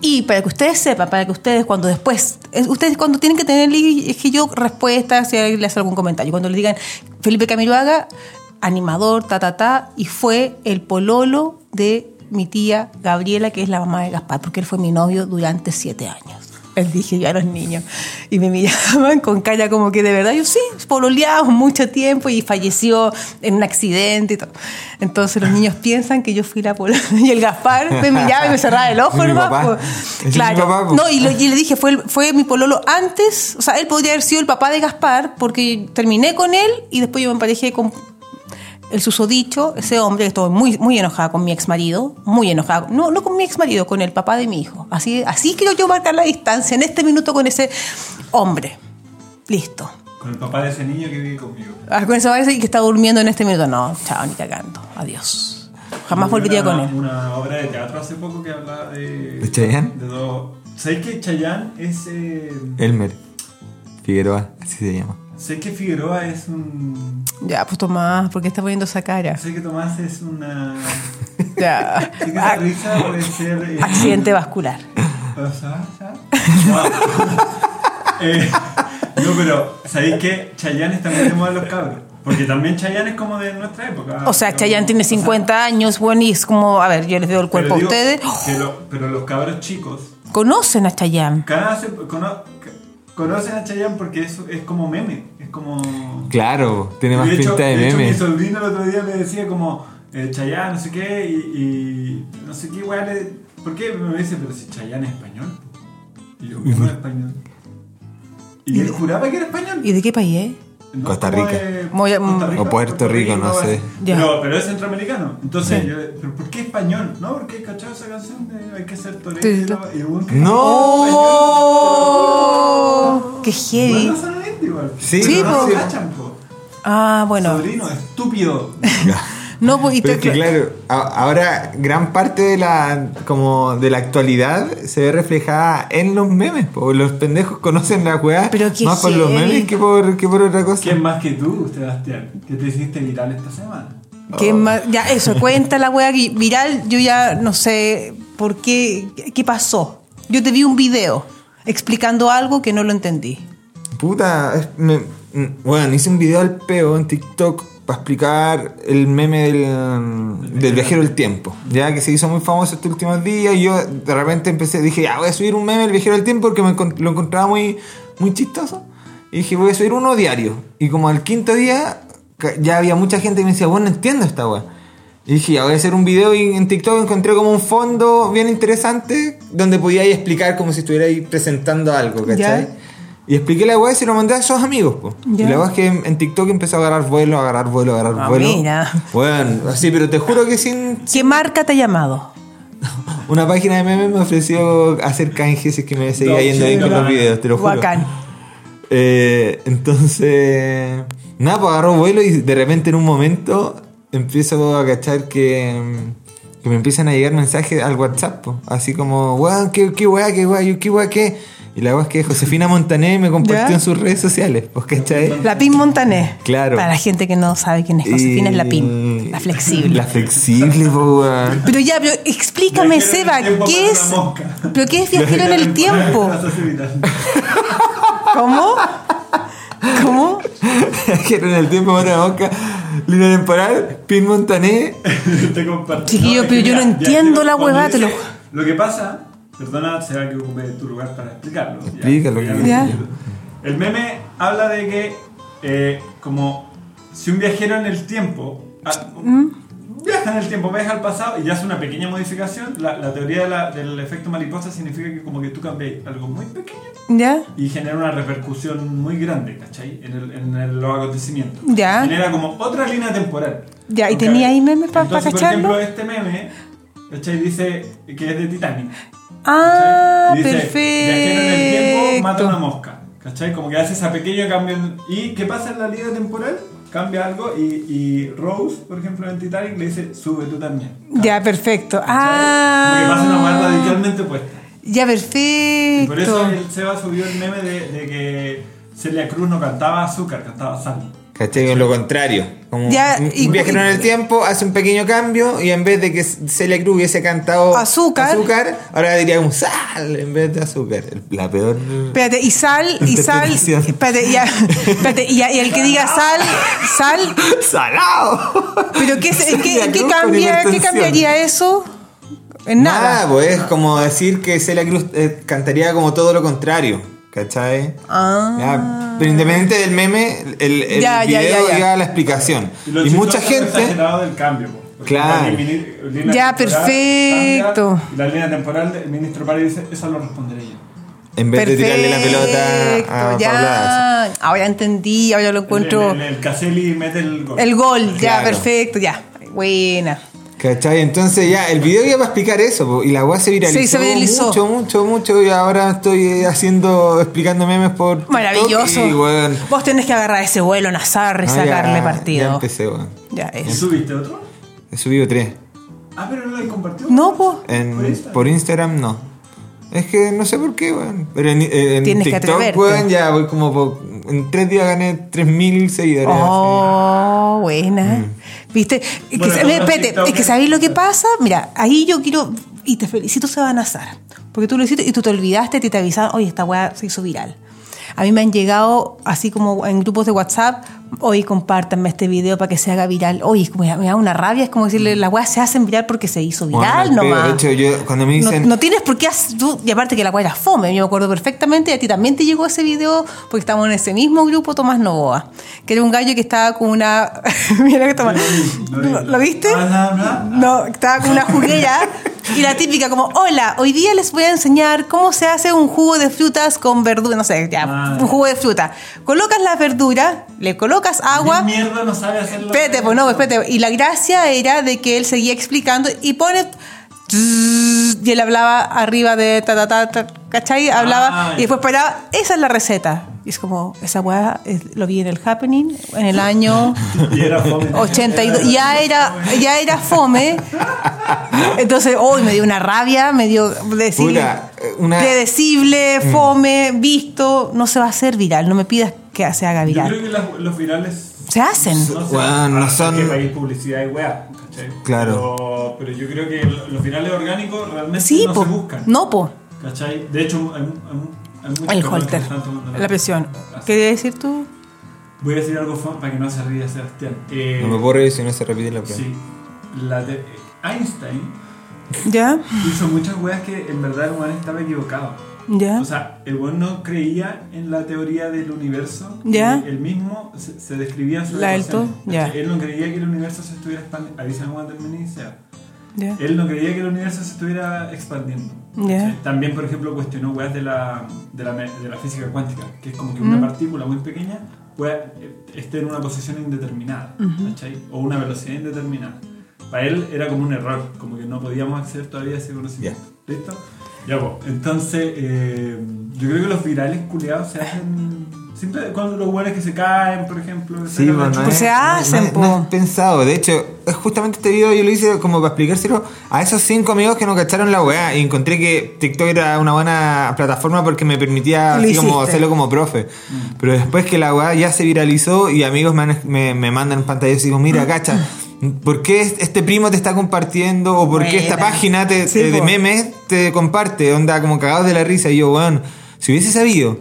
S1: Y para que ustedes sepan, para que ustedes cuando después, es- ustedes cuando tienen que tener es que yo respuesta si alguien le hace algún comentario, cuando le digan Felipe Camiloaga, animador, ta, ta, ta, y fue el pololo de mi tía Gabriela, que es la mamá de Gaspar, porque él fue mi novio durante siete años. Les dije yo a los niños. Y me [LAUGHS] miraban con cara como que de verdad, yo sí, pololeamos mucho tiempo y falleció en un accidente y todo. Entonces los niños piensan que yo fui la polola. [LAUGHS] Y el Gaspar me miraba y Pues me cerraba el ojo,
S4: Es mi
S1: nomás,
S4: papá.
S1: po.
S4: Es mi
S1: Claro.
S4: papá, pues. po.
S1: no, y, lo- y le dije, fue, el- fue mi pololo antes. O sea, él podría haber sido el papá de Gaspar porque terminé con él y después yo me emparejé con el susodicho, ese hombre, estoy muy, muy enojada con mi ex marido, muy enojada, no, no con mi ex marido, con el papá de mi hijo. Así, así quiero yo marcar la distancia en este minuto con ese hombre. Listo.
S3: Con el papá de ese niño que vive conmigo.
S1: Ah, Con ese parece que está durmiendo en este minuto. No, chao, ni cagando. Adiós. Jamás
S3: Hubo
S1: volvería
S3: una-
S1: con él.
S3: Una obra de teatro hace poco que hablaba de.
S4: ¿De Chayanne?
S3: De dos. ¿Sabes que Chayanne es. eh,
S4: Elmer. Figueroa, así se llama.
S3: ¿Sabes que Figueroa es un.
S1: Ya, pues Tomás, ¿por qué está poniendo esa cara?
S3: ¿Sabes que Tomás es una.
S1: Ya.
S3: ¿Sabes que esa
S1: Ac-
S3: risa puede ser. eh,
S1: Ah. Accidente vascular.
S4: Ah,
S3: ¿Pasa? ¿Ya? [LAUGHS] Eh, no, pero ¿sabéis que Chayanne está muy de moda en los cabros? Porque también Chayanne es como de nuestra época.
S1: O sea,
S3: Como-
S1: Chayanne tiene
S3: o sea,
S1: 50 años, bueno, y es como, a ver, yo les veo el
S3: pero
S1: cuerpo a
S3: digo
S1: ustedes.
S3: que lo- pero los cabros chicos
S1: Conocen a Chayanne.
S3: conocen, cono- conocen a Chayanne porque es, es como meme. Es como.
S4: Claro, tiene
S3: Y
S4: más
S3: de hecho,
S4: pinta de
S3: de hecho,
S4: meme.
S3: mi sobrino el otro día me decía como eh, Chayanne, no sé qué, y, y no sé qué, igual. eh, ¿Por qué me dice, pero si Chayanne es español? Y yo, ¿cómo es español? Y él juraba que era español.
S1: ¿Y de qué país es?
S3: No,
S4: Costa
S3: como
S4: Rica.
S3: de
S1: Muy- mm,
S4: O Puerto Rico, no
S3: algo
S4: sé.
S3: así.
S1: Ya.
S3: Pero, pero es centroamericano. Entonces,
S4: Sí.
S3: yo, ¿pero ¿por qué español? No, porque he cachado esa canción de hay que ser
S1: Sí, sí,
S3: torero. Y un
S1: ¡Oh! ¡Qué heavy!
S3: Bueno, son gente igual.
S4: Sí,
S1: Sí,
S3: Pero no
S1: po.
S3: se cachan, po.
S1: Ah, bueno.
S3: Sobrino, estúpido.
S4: [LAUGHS]
S1: No, pues, y
S4: Pero
S1: te-
S4: es que claro, a- ahora gran parte de la como de la actualidad se ve reflejada en los memes, po. los pendejos conocen la weá
S1: Pero qué
S4: más por los
S1: heavy.
S4: memes que por, que por otra cosa.
S3: ¿Quién más que tú, Sebastián? Que te hiciste viral esta semana.
S1: ¿Qué más? Ya, eso, cuenta la wea vi- viral. Yo ya no sé por qué. ¿Qué pasó? Yo te vi un video explicando algo que no lo entendí.
S4: Puta, es- me- mm, bueno, hice un video al peo en TikTok para explicar el meme del, mm, del viajero del tiempo, ya que se hizo muy famoso estos últimos días y yo de repente empecé, dije, ya voy a subir un meme del viajero del tiempo porque me encon- lo encontraba muy, muy chistoso. Y dije, voy a subir uno diario. Y como al quinto día ca- ya había mucha gente que me decía, bueno, no entiendo esta weá. Y dije, ya voy a hacer un video y en TikTok encontré como un fondo bien interesante donde podía ahí explicar como si estuviera ahí presentando algo, ¿cachai?
S1: Ya.
S4: Y expliqué la weá y se lo mandé a esos amigos, po.
S1: Ya.
S4: Y la weá es que en en TikTok empezó a agarrar vuelo, a agarrar vuelo, a agarrar
S1: Ah,
S4: vuelo.
S1: mira.
S4: Bueno, así, pero te juro que sin
S1: ¿Qué marca te ha llamado?
S4: una página de memes me ofreció hacer canjes si es que me seguía
S3: No,
S4: yendo
S3: sí,
S4: bien con
S3: no,
S4: los
S3: no.
S4: videos, te lo juro.
S1: Huacán.
S4: Eh, entonces, nada, pues agarró vuelo y de repente en un momento empiezo a cachar que, mm, que me empiezan a llegar mensajes al WhatsApp, po. así como, weón, qué, qué weá, qué weá, yo qué weá, qué. Y la weá es que Josefina Montané me compartió
S1: ¿Ya?
S4: en sus redes sociales, pues cachai.
S1: La Pin Montané.
S4: Claro.
S1: Para la gente que no sabe quién es Josefina, es la
S4: Y-
S1: Pin. La flexible.
S4: La flexible,
S1: [LAUGHS]
S4: po, weón. [LAUGHS]
S1: Pero ya, pero explícame,
S3: Viajero en
S1: Seba,
S3: el tiempo
S1: ¿qué
S3: para
S1: es?
S3: una mosca.
S1: ¿Pero qué es viajero en el tiempo?
S3: [LAUGHS] Para hacerse viral.
S1: ¿Cómo? ¿Cómo?
S4: Que era en el tiempo de una boca, línea temporal, Pin Montané.
S3: [LAUGHS] Te comparto.
S1: Chiquillo,
S3: es
S1: pero
S3: que
S1: yo no
S3: mira, ya
S1: entiendo
S3: te-
S1: la
S3: cuando
S1: huevada, te
S3: dice- Lo que pasa, perdona, será que ocupé tu lugar para explicarlo. ya.
S4: Explícalo,
S3: Ya.
S4: que-
S1: Ya.
S3: El meme habla de que, eh, como si un viajero en el tiempo. ah,
S1: ¿Mm?
S3: Viaja en el tiempo, viaja al pasado y ya hace una pequeña modificación. La, la teoría de la- del efecto mariposa significa que, como que tú cambias algo muy pequeño
S1: ¿Ya?
S3: y genera una repercusión muy grande, ¿cachai? En, el, en el- los acontecimientos.
S1: Ya.
S3: Genera como otra línea temporal.
S1: Ya, ¿y
S3: Porque,
S1: tenía ahí memes pa-
S3: entonces,
S1: pa cacharlo?
S3: Por ejemplo, este meme, ¿cachai? Dice que es de Titanic.
S1: Ah,
S3: ¿cachai? Y dice, Viajero en el tiempo, mata una
S1: perfecto.
S3: mosca. ¿Cachai? Como que hace ese pequeño cambio. en- ¿Y qué pasa en la línea temporal? Cambia algo y, y Rose, por ejemplo, en Titanic le dice, sube tú también.
S1: Ya, perfecto.
S3: Porque pasa una guarda
S1: Ah.
S3: radicalmente opuesta.
S1: Ya,
S3: Y Por eso
S1: perfecto.
S3: el Seba subió el meme de, de que Celia Cruz no cantaba azúcar, cantaba sal.
S4: ¿Cachai? Es Lo contrario. Como
S1: Ya,
S4: un,
S1: y-
S4: un viajero en el tiempo hace un pequeño cambio y en vez de que Celia Cruz hubiese cantado
S1: Azúcar.
S4: azúcar, ahora diría un sal en vez de azúcar. La peor.
S1: [LAUGHS] Espérate, y sal, y sal.
S4: Interpretación.
S1: Espérate, ya, espérate, y, y el que diga sal, sal.
S4: ¡Salado!
S1: ¿Pero qué, es- en qué,
S4: Celia
S1: en qué
S4: Cruz con
S1: cambia, qué
S4: hipertensión.
S1: cambiaría eso? En
S4: Nada,
S1: nada.
S4: pues es como decir que Celia Cruz eh, cantaría como todo lo contrario. ¿Cachai?
S1: Ah.
S4: Ya, pero independiente del meme, el, el
S1: Ya, ya,
S4: video
S1: ya, ya.
S4: llega a la explicación.
S3: lo
S4: Y mucha
S3: chistoso es lo
S4: gente.
S3: exagerado del cambio. po. Porque
S4: Claro.
S3: la línea- línea
S1: Ya,
S3: temporal
S1: perfecto.
S3: cambia, y la línea temporal, el ministro Pari dice, eso lo responderé yo.
S4: En vez de tirarle la pelota a
S1: Perfecto,
S4: Paula.
S1: ya. Ahora entendí, ahora lo encuentro.
S3: El, el, el Caselli mete el gol.
S1: El gol, ya,
S4: Claro.
S1: perfecto, ya. Buena.
S4: ¿Cachai? Entonces ya, el video iba a explicar eso, po, y la weá se viralizó,
S1: Sí, se viralizó.
S4: mucho, mucho, mucho, y ahora estoy eh, haciendo, explicando memes por TikTok
S1: Maravilloso.
S4: y, weón,
S1: Vos tenés que agarrar ese vuelo, Nazar, y
S4: no, ya-
S1: sacarle
S4: Ah, Ya
S1: partido.
S4: empecé, weón.
S1: Ya, es.
S3: ¿Subiste otro?
S4: He subido tres.
S3: Ah, pero no lo he compartido.
S1: No, po.
S4: En-
S3: ¿Por Instagram?
S4: por Instagram no. Es que no sé por qué, weón. Pero en, eh, en
S1: Tienes que
S4: TikTok,
S1: atreverte.
S4: weón, ya voy como por- en tres días gané 3.000 seguidores. así.
S1: Oh, buena. ¿Viste? Es que,
S3: Bueno,
S1: sa- mira,
S3: no,
S1: espérate,
S3: TikTok
S1: es que
S3: es-
S1: ¿sabéis lo que pasa? Mira, ahí yo quiero. Y te felicito, se van a azar. Porque tú lo hiciste y tú te olvidaste, te, te avisaron, oye, esta weá se hizo viral. A mí me han llegado, así como en grupos de WhatsApp, oye, compártanme este video para que se haga viral. Oye, es como- me da una rabia, es como decirle, las weas se hacen viral porque se hizo
S4: Weón,
S1: viral
S4: al pedo.
S1: nomás.
S4: De hecho, yo, cuando me
S1: No-
S4: dicen,
S1: No, tienes por qué hacer, tú- y aparte que la cual era fome, yo me acuerdo perfectamente, y a ti también te llegó ese video, porque estábamos en ese mismo grupo, Tomás Novoa, que era un gallo que estaba con una... [LAUGHS] Mira lo que toma-
S3: No lo vi, no
S1: ¿Lo,
S3: lo vi.
S1: lo viste?
S3: Ah, bla, bla.
S1: No, estaba con una juguera. Y la típica como, hola, hoy día les voy a enseñar cómo se hace un jugo de frutas con verdura, no sé, ya,
S3: Ah.
S1: un jugo de fruta. Colocas las verduras, le colocas agua,
S3: ¿Qué mierda no sabe hacerlo?
S1: Espérate, pues no, espérate. Y la gracia era de que él seguía explicando y pone. Y él hablaba arriba de ta ta ta, ta, ¿cachai? Hablaba
S3: Ah,
S1: y después paraba. Esa es la receta. Y es como, esa weá es- lo vi en el Happening en el
S3: [LAUGHS]
S1: año
S3: Y era fome.
S1: 82. Ya era, ya era fome. Entonces, hoy me dio una rabia, me dio. Decir,
S4: Puta, una-
S1: Predecible,
S3: Mm.
S1: fome, visto. No se va a hacer viral. No me pidas que se haga
S3: Yo
S1: viral.
S3: creo que las- los virales
S1: Se hacen.
S3: No sé,
S4: Bueno, no
S3: ah,
S4: son-
S3: Que país publicidad y weá, ¿cachai?
S4: Claro.
S3: Pero, pero yo creo que lo- los finales orgánicos realmente
S1: Sí,
S3: no
S1: po.
S3: se buscan.
S1: No, po.
S3: ¿Cachai? De hecho, hay, hay- hay muchos
S1: El
S3: canales que
S1: holter.
S3: están tomando
S1: La presión.
S3: Así.
S1: ¿Qué debes decir tú?
S3: Voy a decir algo fun para que no se ría Sebastián. Eh,
S4: no me puedo reír si no se repite la prueba.
S3: sí. La de- Einstein
S1: ¿Ya?
S3: hizo muchas weas que en verdad el humano estaba equivocado.
S1: ¿Ya?
S3: O sea, el buen no creía en la teoría del universo.
S1: Ya.
S3: Él mismo se, se describía en sus
S1: La del
S3: ecuaciones,
S1: todo, ya.
S3: ¿cachai? Él no creía que el universo se estuviera expandiendo. Avísame cuando termine y se va.
S1: ¿Ya?
S3: Él no creía que el universo se estuviera expandiendo.
S1: Ya.
S3: ¿Sí? También, por ejemplo, cuestionó weas de la, de, la, me- de la física cuántica, que es como que una partícula muy pequeña pueda, eh, esté en una posición indeterminada, ¿cachai? O una velocidad indeterminada. Para él era como un error, como que no podíamos acceder todavía a ese conocimiento. ¿Listo? Ya, pues. Entonces, eh, yo creo que los virales culeados se hacen. Siempre cuando los weones que se caen, por ejemplo.
S4: Sí,
S3: sacan la
S4: pues no
S3: chucha.
S1: Pues
S4: es-
S1: se
S4: no-
S1: hacen,
S4: no es-
S1: po.
S4: no es pensado. De hecho, es justamente este video yo lo hice como para explicárselo a esos cinco amigos que no cacharon la weá. Y encontré que TikTok era una buena plataforma porque me permitía
S1: Lo
S4: así como
S1: hiciste. Mm.
S4: hacerlo como profe. Pero después que la weá ya se viralizó y amigos me, han- me, me mandan pantallas y digo, mira, cacha. ¿Por qué es- este primo te está compartiendo? ¿O por qué esta
S1: Buena.
S4: página te-
S1: Sí,
S4: te- de
S1: po.
S4: memes te comparte? Onda, como cagados de la risa. Y yo, weón, si hubiese sabido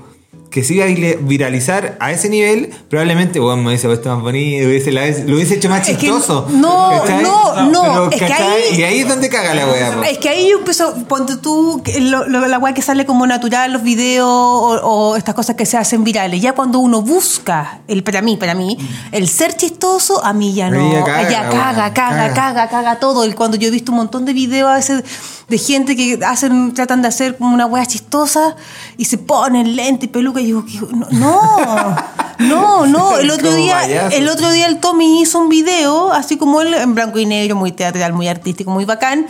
S4: que se iba a vile- viralizar a ese nivel, probablemente, bueno, me hubiese puesto más bonito, hubiese- la hubiese- lo hubiese hecho más
S1: Es que
S4: chistoso.
S1: no, no, no, es que
S4: ¿cachai?
S1: ahí-
S4: Y ahí es donde caga la wea. po.
S1: Es que ahí yo empiezo, ponte tú, que lo- lo- la weá que sale como natural, los videos o, o estas cosas que se hacen virales. Ya cuando uno busca, el para mí, para
S3: Mm.
S1: mí, el ser chistoso, a mí ya
S4: Ahí
S1: no.
S4: ya caga
S1: ya
S4: la
S1: caga, caga,
S4: weá, caga.
S1: caga, caga todo. Y cuando yo he visto un montón de videos a veces de gente que hacen, tratan de hacer como una weá chistosa y se ponen lente y peluca y digo, "Qué- no, no, no,
S4: [LAUGHS]
S1: no. El otro
S4: Como
S1: día,
S4: payaso.
S1: el otro día el Tommy hizo un video, así como él, en blanco y negro, muy teatral, muy artístico, muy bacán.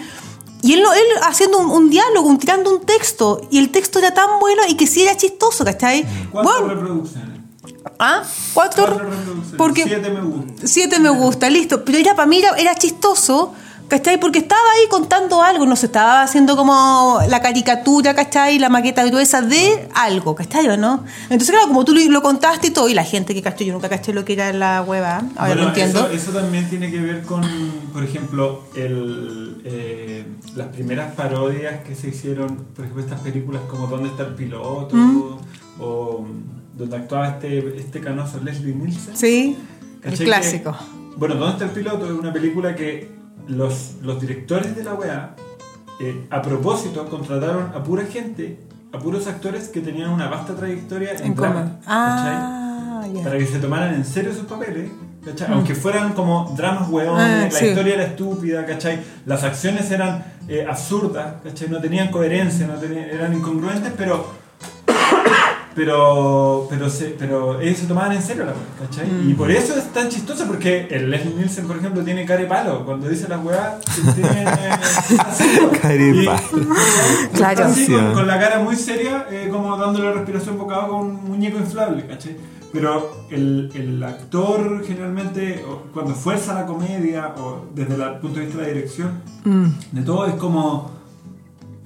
S1: Y él, no- él haciendo un, un diálogo, un- tirando un texto. Y el texto era tan bueno y que sí era chistoso, ¿cachai?
S3: Mm. Cuatro
S1: Bueno,
S3: reproducciones.
S1: ¿ah? Cuatro.
S3: Cuatro reproducciones.
S1: Porque
S3: Siete me gusta.
S1: siete me gusta, listo. Pero era para mí, era, era chistoso. ¿Cachai? Porque estaba ahí contando algo, no se estaba haciendo como la caricatura, ¿cachai? La maqueta gruesa de algo, ¿cachai o no? Entonces, claro, como tú lo, lo contaste y todo, y la gente que cachó, yo nunca caché lo que era la hueva, ahora
S3: Bueno,
S1: lo entiendo.
S3: Eso, eso también tiene que ver con, por ejemplo, el, eh, las primeras parodias que se hicieron, por ejemplo, estas películas como ¿Dónde está el piloto? o mm, donde actuaba este, este canoso Leslie Nielsen.
S1: Sí, el
S3: ¿Cachai que-
S1: clásico.
S3: bueno, ¿Dónde está el piloto? Es una película que los, los directores de la weá, eh, a propósito, contrataron a pura gente, a puros actores que tenían una vasta trayectoria en,
S1: En
S3: drama.
S1: coma. Ah,
S3: ¿cachai?
S1: ya. Mm.
S3: Para que se tomaran en serio sus papeles. ¿cachai? Aunque fueran como dramas hueones,
S1: Ah,
S3: la
S1: sí.
S3: historia era estúpida, ¿cachai? Las acciones eran eh, absurdas, ¿cachai? No tenían coherencia, no tenían- eran incongruentes, pero [COUGHS] pero pero se, pero ellos se tomaban en serio la weá, ¿cachai?
S1: Mm.
S3: Y por eso es tan chistoso, porque el Leslie Nielsen, por ejemplo, tiene cara de palo. Cuando dice las weas,
S1: [LAUGHS]
S3: tiene
S4: [LAUGHS] Cara de
S3: Y-
S4: palo.
S3: y-
S1: Claro.
S3: así, con, con la cara muy seria, eh, como dándole respiración boca abajo a un muñeco inflable, ¿cachai? Pero el, el actor generalmente, o cuando fuerza la comedia, o desde el punto de vista de la dirección,
S1: Mm.
S3: de todo, es como...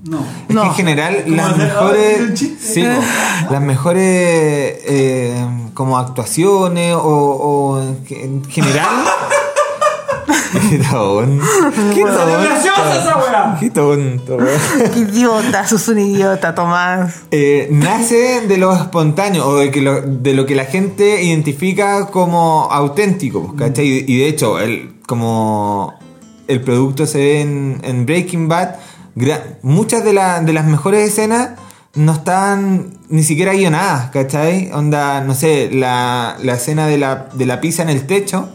S3: No.
S4: Es
S1: No.
S4: que en general
S3: Como
S4: las
S3: hacer-
S4: mejores,
S3: ah, un chiste.
S4: sí,
S3: [LAUGHS]
S4: po, las mejores eh, como actuaciones o, o en ge- en general.
S3: [LAUGHS]
S4: [LAUGHS] Qué tabón. Qué
S3: ¡Salió
S4: tabón.
S3: graciosa esa weá!
S4: Qué tonto, weón.
S1: Qué [LAUGHS] idiota, sos un idiota, Tomás.
S4: Eh, nace de lo espontáneo o de, que lo, de lo que la gente identifica como auténtico, pues, ¿cachai? Y, y de hecho, el, como el producto se ve en, en Breaking Bad, gra- muchas de, la- de las mejores escenas no están ni siquiera guionadas, ¿cachai? Onda, no sé, la, la escena de la, de la pizza en el techo.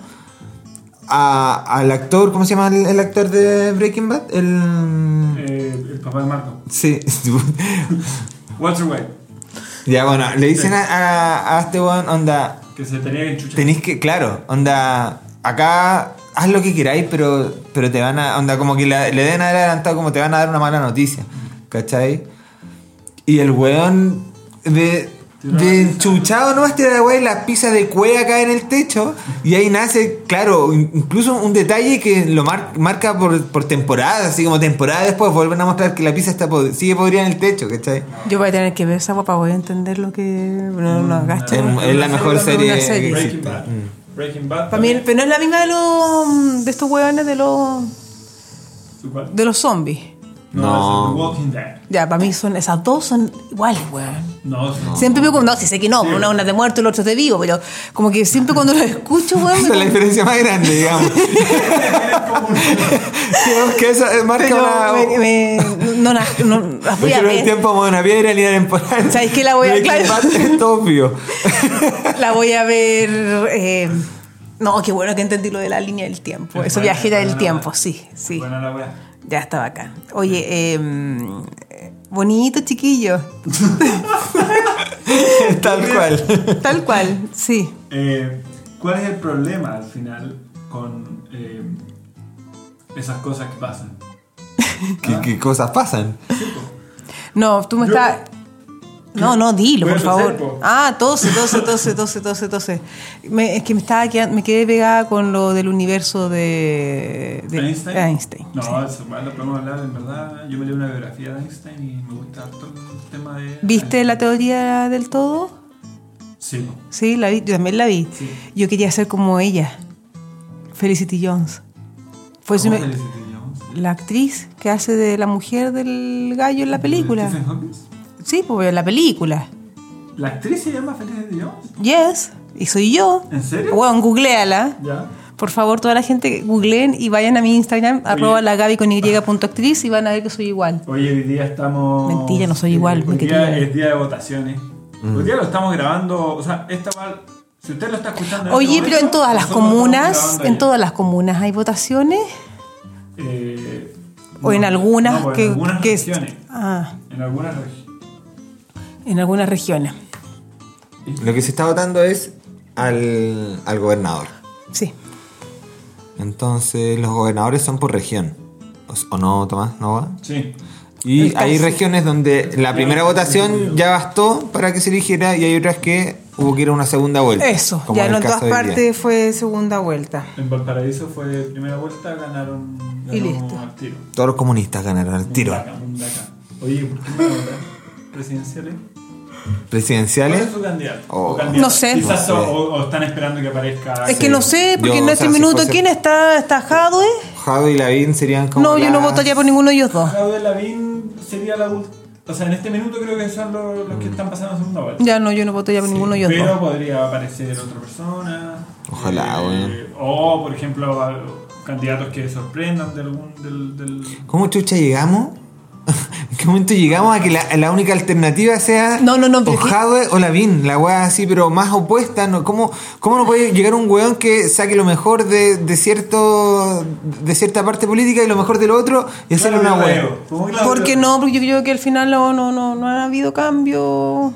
S4: a- al actor, ¿cómo se llama el, el actor de Breaking Bad? El...
S3: Eh, el papá de Marco.
S4: Sí, [LAUGHS]
S3: Walter White.
S4: Ya, bueno, le dicen a, a, a este weón, onda,
S3: Que se tenía que enchuchar.
S4: tenéis que, claro, onda, acá haz lo que queráis, pero, pero te van a, onda, como que la- le den adelantado, como te van a dar una mala noticia, ¿cachai? Y el weón de, de enchuchado nomás tira la weón las pizzas de cueva caen en el techo, y ahí nace, claro, in- incluso un detalle que lo mar- marca por, por temporada, así como temporada después vuelven a mostrar que la pizza está pod- sigue podrida en el techo, ¿cachai?
S1: Yo voy a tener que ver esa guapa, voy a entender lo que. No, no, gacho.
S4: Mm, Es, es la mejor
S1: Una
S4: serie, que
S1: serie.
S4: existe. Mm.
S3: Breaking Bad. Breaking Bad.
S1: Para mí, pero no es la misma de los. de estos hueones de los.
S3: ¿Cuál?
S1: de los zombies.
S4: No.
S3: No, es The Walking Dead.
S1: Ya, para mí son. esas dos son iguales, weón.
S3: No, es-
S1: Siempre me no, si sé que no, una una es de muerto y la otra es de vivo, pero como que siempre cuando los escucho, weón,
S4: [LAUGHS] Esa es la
S1: me,
S4: diferencia más grande, digamos. [LAUGHS] Digamos que esa eh, marca una.
S1: pero me- me- no, las- no, las voy a
S4: Pero el
S1: ver.
S4: tiempo como una piedra ni la temporal.
S1: ¿Sabes qué? La voy a-
S4: Breaking
S1: claro.
S4: Bad
S1: [LAUGHS]
S4: Es obvio. [LAUGHS]
S1: La voy a ver. eh, no, qué bueno que entendí lo de la línea del tiempo.
S3: Es
S1: Eso
S3: buena,
S1: viajera
S3: es
S1: del
S3: buena,
S1: tiempo,
S3: buena.
S1: sí, sí.
S3: Buena la wea.
S1: Ya está bacán. Oye, eh, bonito chiquillo.
S4: Tal cual.
S1: Tal cual, sí.
S3: Eh, ¿Cuál es el problema al final con eh, esas cosas que pasan?
S4: ¿Qué, qué cosas pasan?
S1: No, tú me
S3: Yo-
S1: estás. No, no, dilo,
S3: Voy a
S1: por
S3: toser,
S1: favor.
S3: po.
S1: Ah, tose, tose, tose, tose, tose, tose. Me- es que me estaba quedan- me quedé pegada con lo del universo de, de
S3: ¿Einstein?
S1: Einstein,
S3: No,
S1: sí.
S3: eso igual lo podemos hablar, en verdad. Yo me leí una biografía de Einstein y me gusta todo el tema de.
S1: ¿Viste la teoría del todo?
S3: Sí.
S1: Sí, la vi, yo también la vi.
S3: Sí.
S1: Yo quería ser como ella, Felicity Jones. Fue
S3: Pues
S1: su-
S3: ¿Cómo Felicity Jones?
S1: la actriz que hace de la mujer del gallo
S3: Mm,
S1: en la película.
S3: ¿Stephen Hawkins?
S1: Sí, pues en la película.
S3: ¿La actriz se llama Felicity Jones?
S1: Yes, y soy yo.
S3: ¿En serio?
S1: Bueno, googleala.
S3: Ya.
S1: Por favor, toda la gente googleen y vayan a mi Instagram, arroba la Gaby con y punto actriz, y van a ver que soy igual.
S3: Hoy hoy día estamos.
S1: Mentira, no soy igual,
S3: Hoy
S1: me
S3: día
S1: quería-
S3: es día de votaciones. Hoy día lo estamos grabando. O sea, esta va- Si usted lo está escuchando. en
S1: Oye,
S3: este
S1: pero en
S3: momento,
S1: todas las
S3: nosotros lo estamos
S1: comunas,
S3: grabando
S1: en
S3: ayer.
S1: todas las comunas hay votaciones
S3: Eh,
S1: o en
S3: no,
S1: algunas
S3: no, pues,
S1: que
S3: En algunas
S1: que-
S3: regiones.
S1: ah,
S3: En algunas regiones.
S1: en algunas regiones.
S4: Lo que se está votando es al, al gobernador.
S1: Sí.
S4: Entonces, los gobernadores son por región. ¿O, o no, Tomás? ¿No va?
S3: Sí.
S4: Y
S1: Está
S4: hay
S1: así.
S4: regiones donde la primera votación ya bastó para que se eligiera y hay otras que hubo que ir a una segunda vuelta.
S1: Eso,
S4: como
S1: ya
S4: en
S1: no
S4: el
S1: en
S4: caso
S1: todas
S4: de hoy día.
S1: partes fue segunda vuelta.
S3: En Valparaíso fue primera vuelta, ganaron,
S1: Y
S3: ganó
S1: listo.
S3: al tiro.
S4: Todos los comunistas ganaron el tiro.
S3: Mundaca, Mundaca. Oye, ¿por qué no votan presidenciales? ¿Cuál
S4: Presidenciales.
S3: es su candidato?
S4: Oh.
S3: O candidata.
S1: No sé.
S3: Quizás
S4: No
S3: o,
S4: sé.
S3: o- o están esperando que aparezca.
S1: Es que no sé, porque
S4: Yo,
S1: en
S4: o
S1: este
S4: sea, si
S1: minuto,
S4: fuese-
S1: ¿quién está, está Jadwe?
S4: Jado y Lavín serían como.
S1: No, yo no
S4: las-
S1: votaría por ninguno de ellos dos.
S3: Jado de Lavín sería la ult- O sea, en este minuto creo que son los, los que están pasando a segunda vuelta.
S1: Ya no, yo no votaría por ninguno de ellos
S3: Pero
S1: dos.
S3: podría aparecer otra persona. Eh,
S4: Ojalá, weón.
S3: O, por ejemplo, a- candidatos que sorprendan de algún. Del, del-
S4: ¿Cómo chucha llegamos? [LAUGHS] ¿En qué momento llegamos a que la, la única alternativa sea
S1: No, no, no,
S4: o
S1: pero es que-
S4: Jadwe o Lavín? La weá así, pero más opuesta. ¿no? ¿Cómo, ¿Cómo no puede llegar un weón que saque lo mejor de, de cierto de cierta parte política y lo mejor del otro y hacerle
S3: Claudio
S4: una weá?
S3: Leo. Como Claudio
S1: Porque
S3: Leo.
S1: no, porque yo creo que al final no, no, no, no ha habido cambio,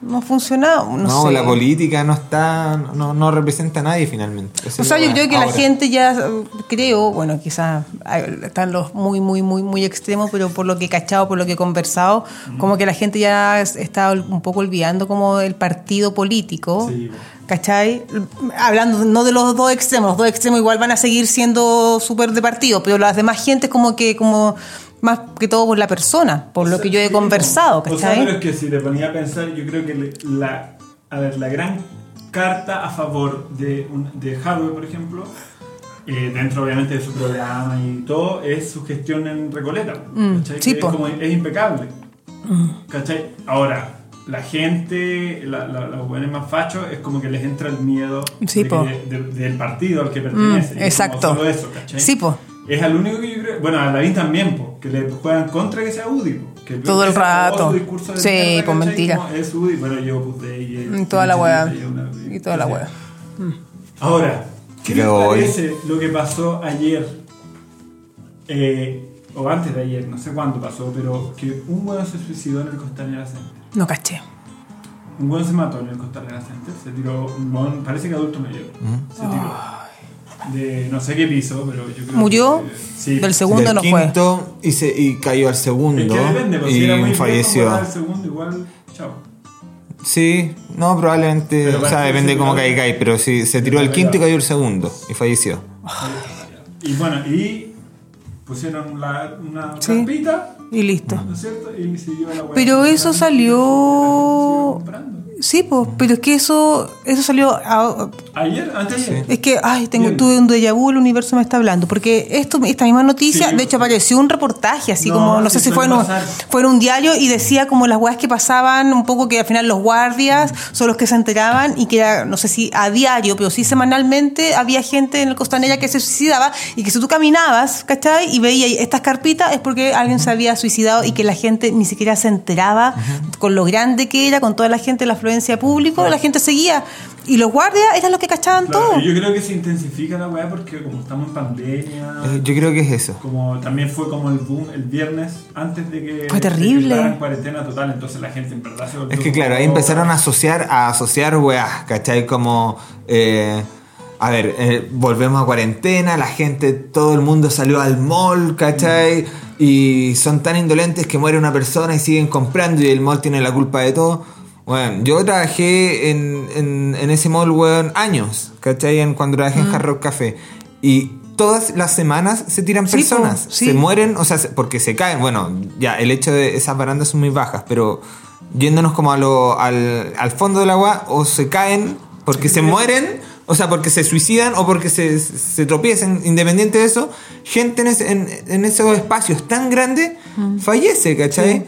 S1: no ha funcionado. No,
S4: No,
S1: sé.
S4: la política no está, no, no representa a nadie finalmente.
S1: O
S4: Esa es
S1: sea,
S4: la
S1: yo
S4: weá.
S1: creo que la
S4: Ahora.
S1: gente ya, eh, creo, bueno, quizás hay- están los muy, muy, muy, muy extremos, pero por lo que he cachado, por lo que he conversado, como que la gente ya es- está ol- un poco olvidando como el partido político.
S3: Sí.
S1: ¿Cachai? Hablando no de los dos extremos, los dos extremos igual van a seguir siendo súper de partido, pero las demás gentes como que, como más que todo por la persona, por lo que yo he
S3: Sí,
S1: conversado,
S3: O sea,
S1: ¿cachai?
S3: pero es que si te ponía a pensar, yo creo que le- la, a ver, la gran carta a favor de, un, de Hardware, por ejemplo, eh, dentro obviamente de su programa y todo, es su gestión en Recoleta.
S1: Mm,
S3: ¿cachai?
S1: sí,
S3: Que es,
S1: po. Mm.
S3: como- es impecable. ¿Cachai? Ahora, la gente, la- la- los buenos más fachos, es como que les entra el miedo
S1: Sí,
S3: de
S1: po.
S3: que- de- del partido al que pertenece.
S1: Mm,
S3: Y es como
S1: exacto.
S3: solo eso, ¿cachai?
S1: Sí, po.
S3: Es al único que yo creo. Bueno, a Lavín también, po, que le juegan contra que sea UDI. po, que
S1: Todo el
S3: ese famoso
S1: rato.
S3: discurso de
S1: Sí,
S3: mierda,
S1: po,
S3: ¿cachai?
S1: mentira.
S3: Como Es UDI, bueno, yo Opus Dei, eh,
S1: Mm, toda la weá.
S3: y una-
S1: Y toda la weá.
S3: Ahora, ¿qué les
S4: Creo hoy.
S3: parece lo que pasó ayer? Eh, o antes de ayer, no sé cuándo pasó, pero que un weón se suicidó en el Costanera Center.
S1: No caché.
S3: Un weón se mató en el Costanera Center. Se tiró un weón, parece que adulto mayor. Se tiró. De no sé qué piso, pero yo creo
S1: ¿Murió?
S3: que- sí,
S1: Del segundo
S4: Del
S1: no fue.
S4: quinto y, se- y cayó al
S3: Es
S4: segundo
S3: que depende, pues, si era muy
S4: y
S3: viejo,
S4: falleció.
S3: pues, al segundo igual, chao.
S4: Sí, no, probablemente.
S3: Pero
S4: o sea,
S3: parece que
S4: depende
S3: se
S4: cómo
S3: tiró-
S4: caiga, caiga, pero sí, se tiró el quinto y cayó el segundo y falleció.
S3: Y bueno, y pusieron la, una
S1: Sí.
S3: carpita,
S1: Y listo.
S3: ¿no es cierto? Y siguió la hueá.
S1: Pero eso salió-
S3: Siguió comprando.
S1: Sí, pues, pero es que eso, eso salió a-
S3: Ayer, antes de ayer.
S1: Es que, ay, tengo,
S3: Bien.
S1: tuve un déjà vu, el universo me está hablando. Porque esto, esta misma noticia,
S3: Sí.
S1: de hecho apareció un reportaje, así
S3: No,
S1: como, no
S3: sí
S1: sé si
S3: suele
S1: fue en, un,
S3: pasar.
S1: fue en un diario, y decía como las weas que pasaban, un poco que al final los guardias son los que se enteraban, y que era, no sé si a diario, pero sí semanalmente, había gente en el Costanera que se suicidaba, y que si tú caminabas, ¿cachai? Y veías estas carpitas, es porque alguien se había suicidado y que la gente ni siquiera se enteraba con lo grande que era, con toda la gente, la afluencia de público, la gente seguía. Y los guardias eran los que cachaban
S3: Claro,
S1: todo.
S3: y yo creo que se intensifica la weá porque como estamos en pandemia,
S4: Eh, Yo creo que es eso.
S3: como también fue como el boom el viernes antes de que
S1: Fue terrible.
S3: declararan cuarentena total, entonces la gente en verdad se volvió
S4: Es que claro, ahí
S3: como-
S4: empezaron a asociar, a asociar weas, ¿cachai? Como, eh, a ver, eh, volvemos a cuarentena, la gente, todo el mundo salió al mall, ¿cachai? Y son tan indolentes que muere una persona y siguen comprando y el mall tiene la culpa de todo. Bueno, yo trabajé en, en- en ese mall, weón, años, ¿cachai? En, cuando trabajé
S1: Mm.
S4: en Hard Rock Café. Y todas las semanas se tiran
S1: Sí, po,
S4: personas,
S1: sí.
S4: se mueren, o sea, se- porque se caen. Bueno, ya, el hecho de esas barandas son muy bajas, pero yéndonos como a lo, al, al fondo del agua, o se caen porque se mueren, o sea, porque se suicidan o porque se, se tropiezan, independiente de eso, gente en, ese- en- en esos espacios tan grandes fallece, ¿cachai?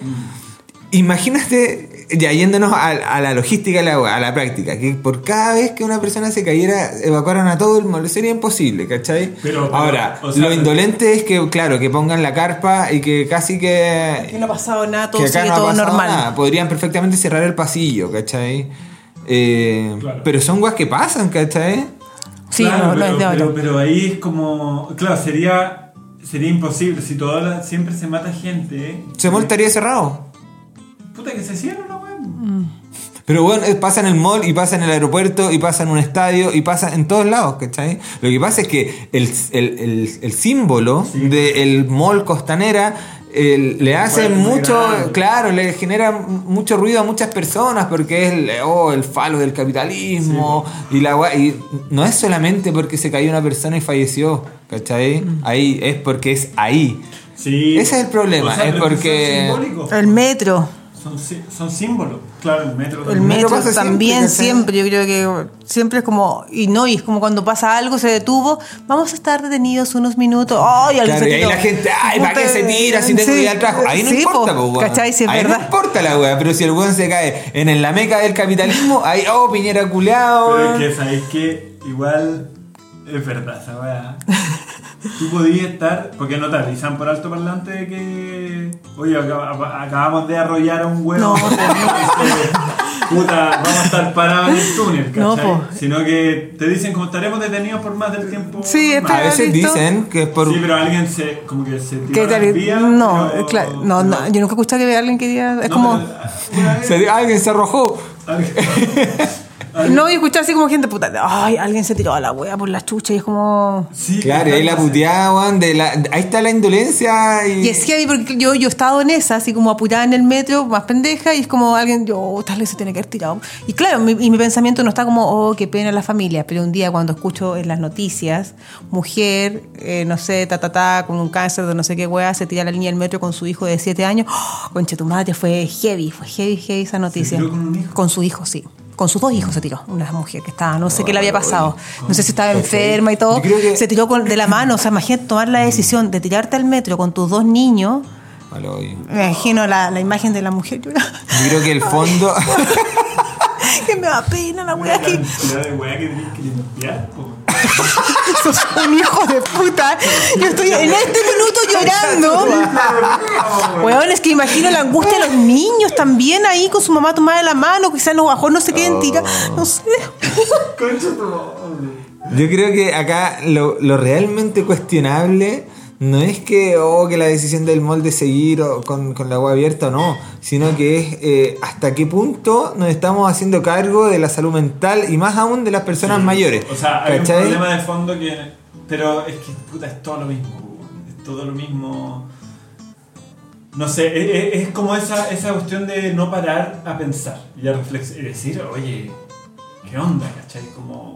S4: Imagínate, ya yéndonos a, a la logística del agua, a la práctica, que por cada vez que una persona se cayera, evacuaran a todo el mundo, sería imposible, ¿cachai?
S3: Pero- pero,
S4: Ahora,
S3: o sea,
S4: lo
S3: pero-
S4: indolente es que, claro, que pongan la carpa y que casi
S1: Que
S4: que...
S1: no ha pasado nada, todo
S4: que acá
S1: sigue
S4: no ha
S1: todo
S4: pasado
S1: normal.
S4: nada. Podrían perfectamente cerrar el pasillo, ¿cachai? Eh,
S3: Claro.
S4: Pero son guas que pasan, ¿cachai?
S1: Sí,
S3: Claro,
S1: no, no
S3: pero,
S1: es de ahora.
S3: pero- pero ahí es como. Claro, sería. Sería imposible. Si toda la- siempre se mata gente. ¿eh?
S4: Se mall estaría cerrado.
S3: Puta que se cierra una weá.
S1: Mm.
S4: Pero bueno, eh, pasa en el mall y pasa en el aeropuerto y pasa en un estadio y pasa en todos lados, ¿cachai? Lo que pasa es que el, el- el- el símbolo
S3: Sí.
S4: del mall costanera eh, le hace
S3: Bueno, muy
S4: mucho,
S3: grande.
S4: claro, le genera mucho ruido a muchas personas porque es el, oh, el falo del capitalismo y la gua- y no es solamente porque se cayó una persona y falleció, ¿cachai? Ahí es porque es ahí.
S3: Sí.
S4: Ese es el problema, es
S3: pero
S4: porque-
S3: Son simbólicos.
S1: El metro.
S3: Son, sí- son símbolos. Claro, el metro.
S1: El
S3: también.
S1: metro
S4: pasa
S1: también
S4: siempre,
S1: siempre, yo creo que siempre es como, y no, y es como cuando pasa algo, se detuvo, vamos a estar detenidos unos minutos, ¡ay! alguien
S4: Claro,
S1: se
S4: y ahí
S1: tiró.
S4: la gente, ay, ¿para qué
S1: Puta,
S4: se tira si tengo
S1: sí,
S4: que ir al trabajo? Ahí no
S1: sí,
S4: importa,
S1: po,
S4: po, weón.
S1: ¿Cachai? Si es
S4: ahí
S1: verdad.
S4: no importa la weá, pero si el weón se cae en, el- la meca del capitalismo, ahí, oh, Piñera culeado.
S3: Pero es que sabéis que igual es verdad esa weá. Tú podías estar, porque no te avisan por alto parlante de que. Oye, acaba- acabamos de arrollar a un huevo. Este,
S1: No.
S3: [LAUGHS] Puta, vamos a estar parados en el túnel, ¿cachai?
S1: No, po.
S3: Sino que te dicen como estaremos detenidos por más del tiempo.
S1: Sí, es
S4: A
S3: normal".
S1: pero
S4: veces
S1: listo.
S4: dicen que es por...
S3: Sí, pero alguien se. como que se tiró
S1: ¿Qué
S3: a las
S1: tal?
S3: vías,
S1: No,
S3: pero-
S1: claro, no, no, yo nunca he escuchado que alguien que diga, es
S3: No,
S1: como,
S3: pero, ah, una vez-
S4: Se- alguien se arrojó. [LAUGHS]
S1: no, y escuchar así como gente puta, ¡ay! Alguien se tiró a la wea por la chucha, y es como...
S3: Sí,
S4: Claro, y
S3: [LAUGHS]
S4: ahí la puteada, weón, de la- ahí está la indolencia y...
S1: Y es heavy porque yo, yo he estado en esa, así como apurada en el metro, más pendeja, y es como alguien, yo, oh, tal vez se tiene que haber tirado. Y claro, mi, y mi pensamiento no está como, oh, qué pena la familia, pero un día cuando escucho en las noticias, mujer, eh, no sé, ta, ta, ta, con un cáncer de no sé qué weá, se tira a la línea del metro con su hijo de 7 años, ¡Oh, concha tu madre, fue heavy, fue heavy, heavy esa noticia.
S3: tiró con un hijo?
S1: Con su hijo, sí. Con sus dos hijos se tiró, una mujer que estaba, no sé qué le había pasado, no sé si estaba enferma y todo,
S4: Yo creo que-
S1: se tiró con, de la mano, o sea, imagínate tomar la decisión de tirarte al metro con tus dos niños,
S4: Al hoyo.
S1: me imagino la, la imagen de la mujer llorando, [LAUGHS]
S4: Yo creo que el fondo...
S1: que me da pena la
S3: La
S1: wea que
S3: cantidad de weá que tenés que limpiar, po.
S1: sos un hijo de puta, yo estoy en este minuto llorando. Weón, es que imagino la angustia de los niños también ahí con su mamá tomada de la mano, quizás no bajó, no se queden tirados, no sé.
S3: Concha tu madre.
S4: Yo creo que acá lo, lo realmente cuestionable no es que, oh, que la decisión del molde seguir o con, con la agua abierta o no, sino que es eh, hasta qué punto nos estamos haciendo cargo de la salud mental y más aún de las personas mayores.
S3: O sea, hay
S4: ¿cachai?
S3: un problema de fondo que. Pero es que, puta, es todo lo mismo, weón. Es todo lo mismo. No sé, es, es- es como esa, esa cuestión de no parar a pensar y a reflexionar. Y decir, oye, ¿qué onda, cachai? Como.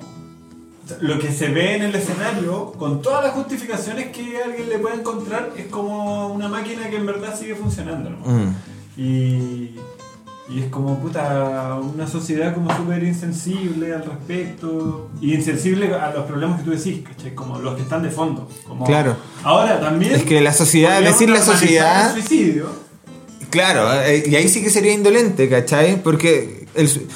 S3: Lo que se ve en el escenario, con todas las justificaciones que alguien le pueda encontrar, es como una máquina que en verdad sigue funcionando. ¿no?
S4: Mm.
S3: Y, y es como, puta, una sociedad como súper insensible al respecto. Y insensible a los problemas que tú decís, ¿cachai? Como los que están de fondo. como-
S4: Claro.
S3: Ahora también...
S4: Es que la sociedad,
S3: podríamos
S4: decir la
S3: normalizar
S4: sociedad-
S3: el suicidio.
S4: Claro, eh, y ahí sí que sería indolente, ¿cachai? Porque, el, su-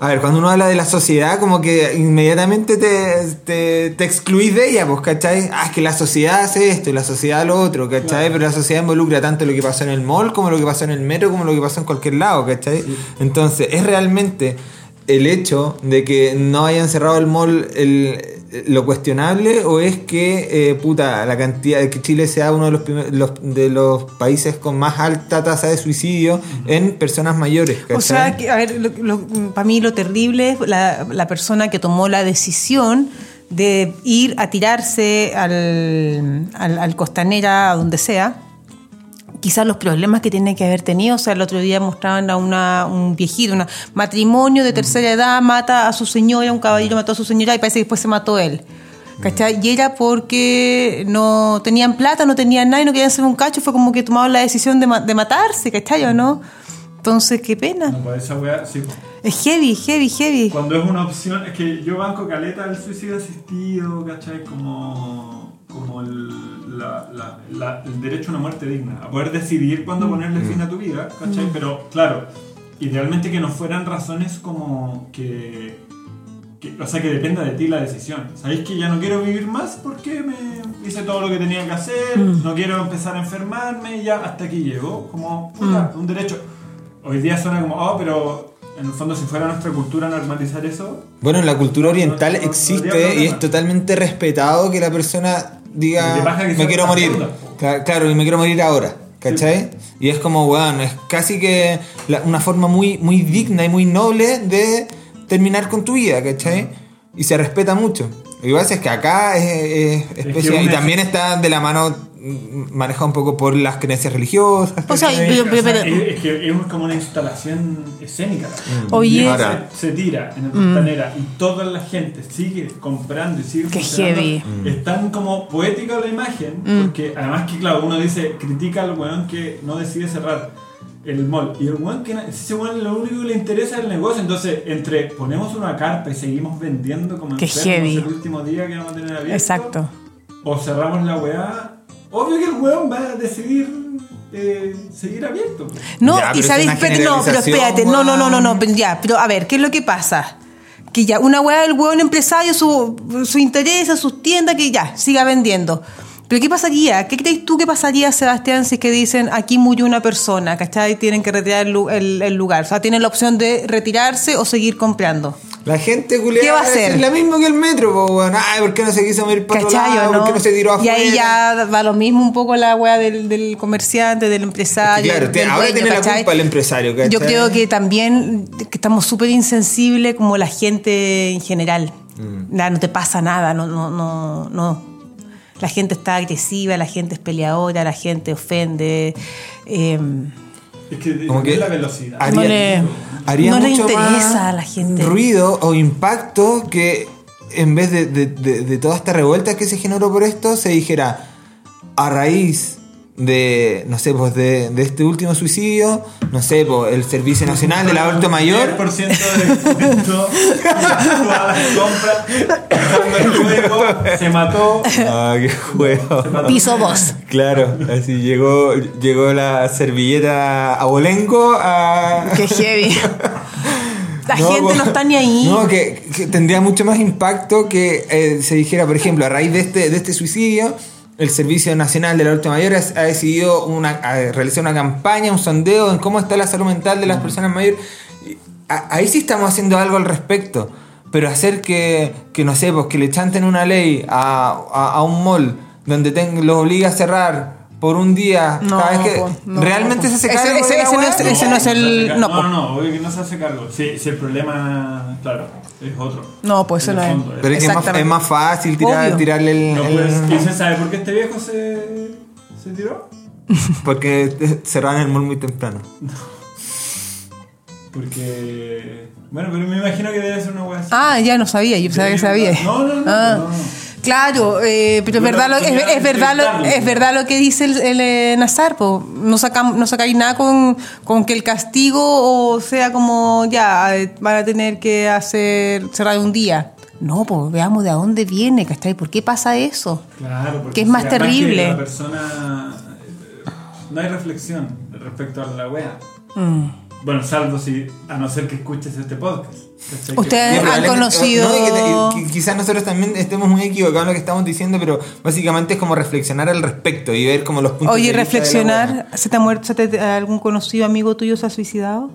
S4: a ver, cuando uno habla de la sociedad, como que inmediatamente te, te, te excluís de ella, pues, ¿cachai? Ah, es que la sociedad hace esto y la sociedad lo otro, ¿cachai? Pero la sociedad involucra tanto lo que pasó en el mall, como lo que pasó en el metro, como lo que pasó en cualquier lado, ¿cachai? Entonces, es realmente el hecho de que no hayan cerrado el mall el, lo cuestionable o es que eh, puta la cantidad que Chile sea uno de los, primer- los- de los países con más alta tasa de suicidio en personas mayores
S1: O sea,
S4: ¿cachai?
S1: que, a ver, para mí lo terrible es la, la persona que tomó la decisión de ir a tirarse al, al, al costanera, a donde sea. Quizás los problemas que tiene que haber tenido. O sea, el otro día mostraban a una, un viejito, un matrimonio de tercera edad, mata a su señora, un caballero mató a su señora y parece que después se mató él. ¿Cachai? Y era porque no tenían plata, no tenían nada y no querían hacer un cacho. Fue como que tomaron la decisión de, ma- de matarse, ¿cachai o no? Entonces, qué pena.
S3: No, pues, esa weá, sí, pues.
S1: Es heavy, heavy, heavy.
S3: Cuando es una opción, es que yo banco caleta el suicidio asistido, ¿cachai? Como, como el, la- la- la- el derecho a una muerte digna, a poder decidir cuándo ponerle fin a tu vida, ¿cachai? Pero claro, idealmente que no fueran razones como que, que- O sea, que dependa de ti la decisión. Sabéis que ya no quiero vivir más porque me hice todo lo que tenía que hacer,
S1: Mm.
S3: no quiero empezar a enfermarme y ya hasta aquí llegó,
S1: Mm.
S3: como puta, un derecho. Hoy día suena como, oh, pero en el fondo si fuera nuestra cultura normalizar eso,
S4: bueno en la cultura oriental
S3: No, no, no
S4: existe
S3: habría problema.
S4: y es totalmente respetado que la persona
S3: Y te
S4: diga
S3: baja que
S4: me
S3: sea
S4: quiero
S3: una
S4: morir
S3: deuda,
S4: Cla- claro y me quiero morir ahora ¿cachai? y es como weón es casi que la- una forma muy muy digna y muy noble de terminar con tu vida ¿cachai? y se respeta mucho lo que pasa es que acá es, es
S3: que
S4: especial y
S3: una-
S4: también está de la mano mm, manejado un poco por las creencias religiosas.
S1: O sea,
S4: ¿cachai?
S1: yo- yo-
S3: O sea,
S1: pero-
S3: es, es que es como una instalación escénica.
S1: Oye. Mm.
S3: Y eso
S4: Ahora.
S3: se, se tira en la costanera y toda la gente sigue comprando y sigue
S1: Qué
S3: funcionando.
S1: heavy.
S4: Mm.
S1: Mm.
S3: Es tan como poética la imagen, porque además que claro, uno dice, critica al weón que no decide cerrar el mall. Y el weón que na- ese weón lo único que le interesa es el negocio. Entonces, entre ponemos una carpa y seguimos vendiendo como
S1: Qué
S3: enfermos
S1: heavy.
S3: el último día que vamos a tener abierto.
S1: Exacto.
S3: O cerramos la weá. Obvio que el weón va a decidir eh, seguir abierto.
S1: No,
S4: Ya, pero
S1: y
S4: es
S1: sabéis,
S4: una
S1: espérate, no, pero
S4: generalización,
S1: espérate, no, no, no, no, no,
S4: weón.
S1: pero ya, pero a ver, ¿qué es lo que pasa? Que ya, una weá del weón empresario, su, su interés, sus tiendas, que ya, siga vendiendo. Pero ¿qué pasaría? ¿Qué crees tú que pasaría, Sebastián, si es que dicen aquí murió una persona, ¿cachai? Tienen que retirar el, lu- el- el lugar. O sea, tienen la opción de retirarse o seguir comprando.
S4: La gente culiada
S1: ¿Qué va a hacer?
S4: es la misma que el metro, po, weón. Ay, ¿por qué no se quiso morir para otro
S1: ¿Cachai o
S4: lado? ¿Por qué no se tiró
S1: y
S4: afuera?
S1: ahí ya va lo mismo un poco la weá del, del comerciante, del empresario.
S4: Claro, te-
S1: del
S4: ahora
S1: dueño,
S4: tiene la
S1: ¿cachai?
S4: culpa el empresario, ¿cachai?
S1: Yo creo que también que estamos súper insensibles como la gente en general.
S4: Mm.
S1: La- no te pasa nada, no, no, no, no. La gente está agresiva, la gente es peleadora, la gente ofende. eh,
S3: Es que
S4: Como que
S3: es la velocidad.
S4: haría-
S1: No le-
S4: haría
S1: no le
S4: mucho
S1: interesa
S4: más
S1: a la gente.
S4: ruido o impacto que en vez de, de- de- de toda esta revuelta que se generó por esto, se dijera a raíz de, no sé, pues de, de este último suicidio, no sé, pues el Servicio Nacional del Adulto Mayor.
S3: 10% de descuento en todas las compras. usando el código, Se mató.
S4: [LAUGHS] Ah, qué juego.
S1: piso dos.
S4: [LAUGHS] Claro, así llegó, llegó la servilleta abolengo a.
S1: Qué
S4: [LAUGHS]
S1: heavy. La
S4: No,
S1: gente
S4: po-
S1: no está ni ahí.
S4: No, que, que tendría mucho más impacto que eh, se dijera, por ejemplo, a raíz de este, de este suicidio, el Servicio Nacional de la Adulto Mayor ha, ha decidido una, a realizar una campaña, un sondeo en cómo está la salud mental de las personas mayores. Y a- ahí sí estamos haciendo algo al respecto. Pero hacer que, que no sé, pues que le chanten una ley a, a- a un mall donde ten- los obliga a cerrar por un día,
S1: No,
S4: cada vez que
S1: po, no, po.
S4: realmente se hace
S1: Ese-
S4: cargo
S1: ese-
S4: de la
S1: ese no
S4: weá?
S1: es- ese no es el-
S3: No,
S1: no, po.
S3: no, no, obvio que no se hace cargo. Si, si el problema, claro, es otro.
S1: No, pues,
S3: En
S1: eso
S3: el
S1: no es.
S3: fondo,
S4: Pero eh, es que es más,
S1: Exactamente.
S4: es más fácil tirar-
S1: Obvio.
S4: tirarle el,
S3: No,
S4: el-
S3: pues, ¿y se sabe por qué este viejo se, se tiró?
S4: Porque cerraban el mall muy temprano.
S3: Porque. Bueno, pero me imagino que debe ser una hueá así.
S1: Ah, ya no sabía, yo pensaba que sabía.
S3: No, no, no,
S1: Ah.
S3: no, no.
S1: Claro, eh, pero es
S3: Tuve
S1: verdad,
S3: la
S1: lo, es,
S3: oportunidad
S1: es
S3: de
S1: verdad lo,
S3: entrevistarlo.
S1: es verdad lo que dice el, el, eh, Nazar, po. no sacamos, no sacáis nada con, con que el castigo o sea como ya eh, van a tener que hacer cerrar un día. No, pues veamos de a dónde viene, ¿cachai? ¿Por qué pasa eso?
S3: Claro, porque
S1: Que es más
S3: si además
S1: terrible.
S3: que La persona. eh, No hay reflexión respecto a la wea.
S1: Mm.
S3: Bueno, salvo si. A no ser que escuches este podcast. ¿cachai? Que-
S1: Ustedes- Eh, han
S4: probablemente-
S1: conocido-
S4: no, y que- y que quizás nosotros también estemos muy equivocados en lo que estamos diciendo, pero básicamente es como reflexionar al respecto y ver como los puntos
S1: Oye,
S4: de vista de la
S1: reflexionar,
S4: buena.
S1: ¿se te ha muerto se te- algún conocido amigo tuyo se ha suicidado?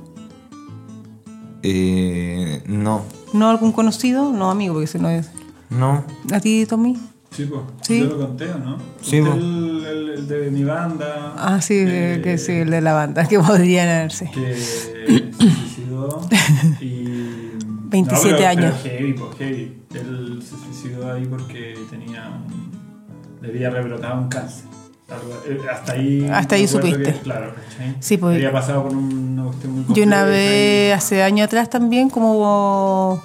S4: Eh, no,
S1: ¿No algún conocido? No, amigo, porque si no es.
S4: no.
S1: ¿A ti, Tommy?
S3: Sí, po.
S1: Sí.
S3: Yo lo conté, ¿o ¿no?
S4: Sí,
S3: Conté
S4: po.
S3: el, el- el de mi banda.
S1: Ah, sí,
S3: eh,
S1: que sí, el de la banda, que podrían haberse.
S3: Que [COUGHS] se suicidó
S1: [LAUGHS]
S3: y.
S1: 27
S3: No, pero-
S1: años.
S3: Pero heavy, po, heavy. Él se suicidó ahí porque tenía. un- le había rebrotado un cáncer. Algo- eh, Hasta ahí.
S1: Hasta ahí
S3: me acuerdo
S1: supiste.
S3: que- claro, ¿cachai?
S1: Sí, pues.
S3: Había pasado por un- una cuestión muy
S1: Yo una
S3: compleja
S1: vez, hace años atrás también, como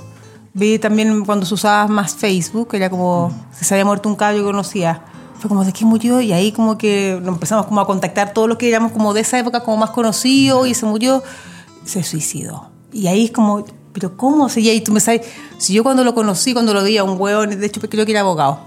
S1: vi también cuando se usaba más Facebook, era como si se había muerto un cabro que conocía. Fue como, ¿de qué murió? Y ahí como que nos empezamos como a contactar todos los que éramos como de esa época como más conocidos y se murió, se suicidó. Y ahí es como, ¿pero cómo? se y ahí tú me sabes, si yo cuando lo conocí, cuando lo veía, un hueón, de hecho creo que era abogado,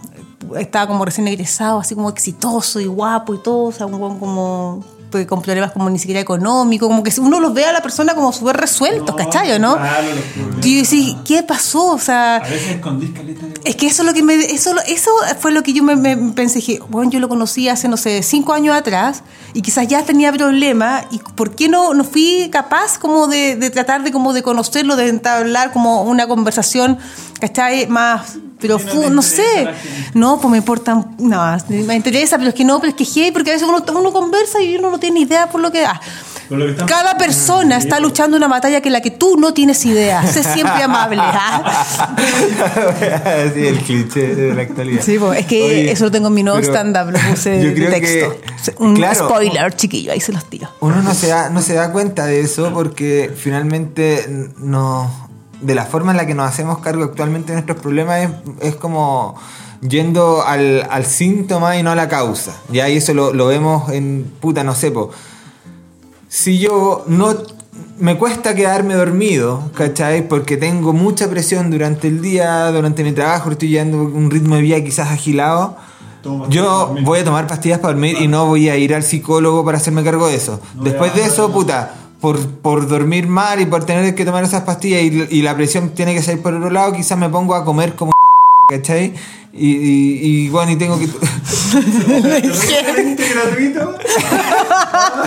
S1: estaba como recién egresado, así como exitoso y guapo y todo, o sea, un hueón como pues, con problemas como ni siquiera económico, como que uno los ve a la persona como súper
S3: y-
S1: resueltos, ¿cachayo, no?
S3: Claro, los problemas.
S1: Y yo decía, ¿qué pasó? O sea,
S3: A veces escondís caleta de.
S1: es que eso es lo que me, eso, lo- eso fue lo que yo me, me pensé, dije, bueno, yo lo conocí hace, no sé, cinco años atrás y quizás ya tenía problemas y ¿por qué no, no fui capaz como de, de tratar de como de conocerlo, de entablar como una conversación, ¿cachai? Más profunda, no
S3: interesa
S1: sé.
S3: la gente.
S1: No, pues me importa, un- no, me interesa, pero es que ah, no, pero es que hey, porque a veces uno, uno conversa y uno no tiene ni idea por lo que da.
S3: Con lo que estamos-
S1: Cada
S3: [LAUGHS]
S1: persona está luchando una batalla que la que tú no tienes idea. Sé
S4: [LAUGHS]
S1: siempre amable. ¿ah?
S4: sí, el cliché de la actualidad.
S1: Sí, po, es que
S4: Oye,
S1: eso lo tengo en mi nuevo
S4: pero
S1: stand-up, lo puse
S4: yo
S1: de
S4: creo
S1: texto.
S4: que-
S1: Un
S4: claro,
S1: spoiler, chiquillo, ahí se los
S4: [LAUGHS]
S1: tiro.
S4: Uno no se da, no se da cuenta de eso porque finalmente no, de la forma en la que nos hacemos cargo actualmente de nuestros problemas es, es como yendo al, al síntoma y no a la causa. Ya, y eso lo, lo vemos en puta, no sé, po. si yo no me cuesta quedarme dormido, ¿cachai? Porque tengo mucha presión durante el día, durante mi trabajo, estoy llevando un ritmo de vida quizás agilado.
S3: Toma,
S4: Yo
S3: dormir.
S4: voy a tomar pastillas para dormir y no voy a ir al psicólogo para hacerme cargo de eso.
S3: No
S4: Después
S3: voy a-
S4: de eso, puta, por, por dormir mal y por tener que tomar esas pastillas y, y la presión tiene que salir por otro lado, quizás me pongo a comer como [LAUGHS] ¿cachai? Y, y, y bueno, y tengo que... [LAUGHS]
S3: Totalmente gratuito.
S4: Puta,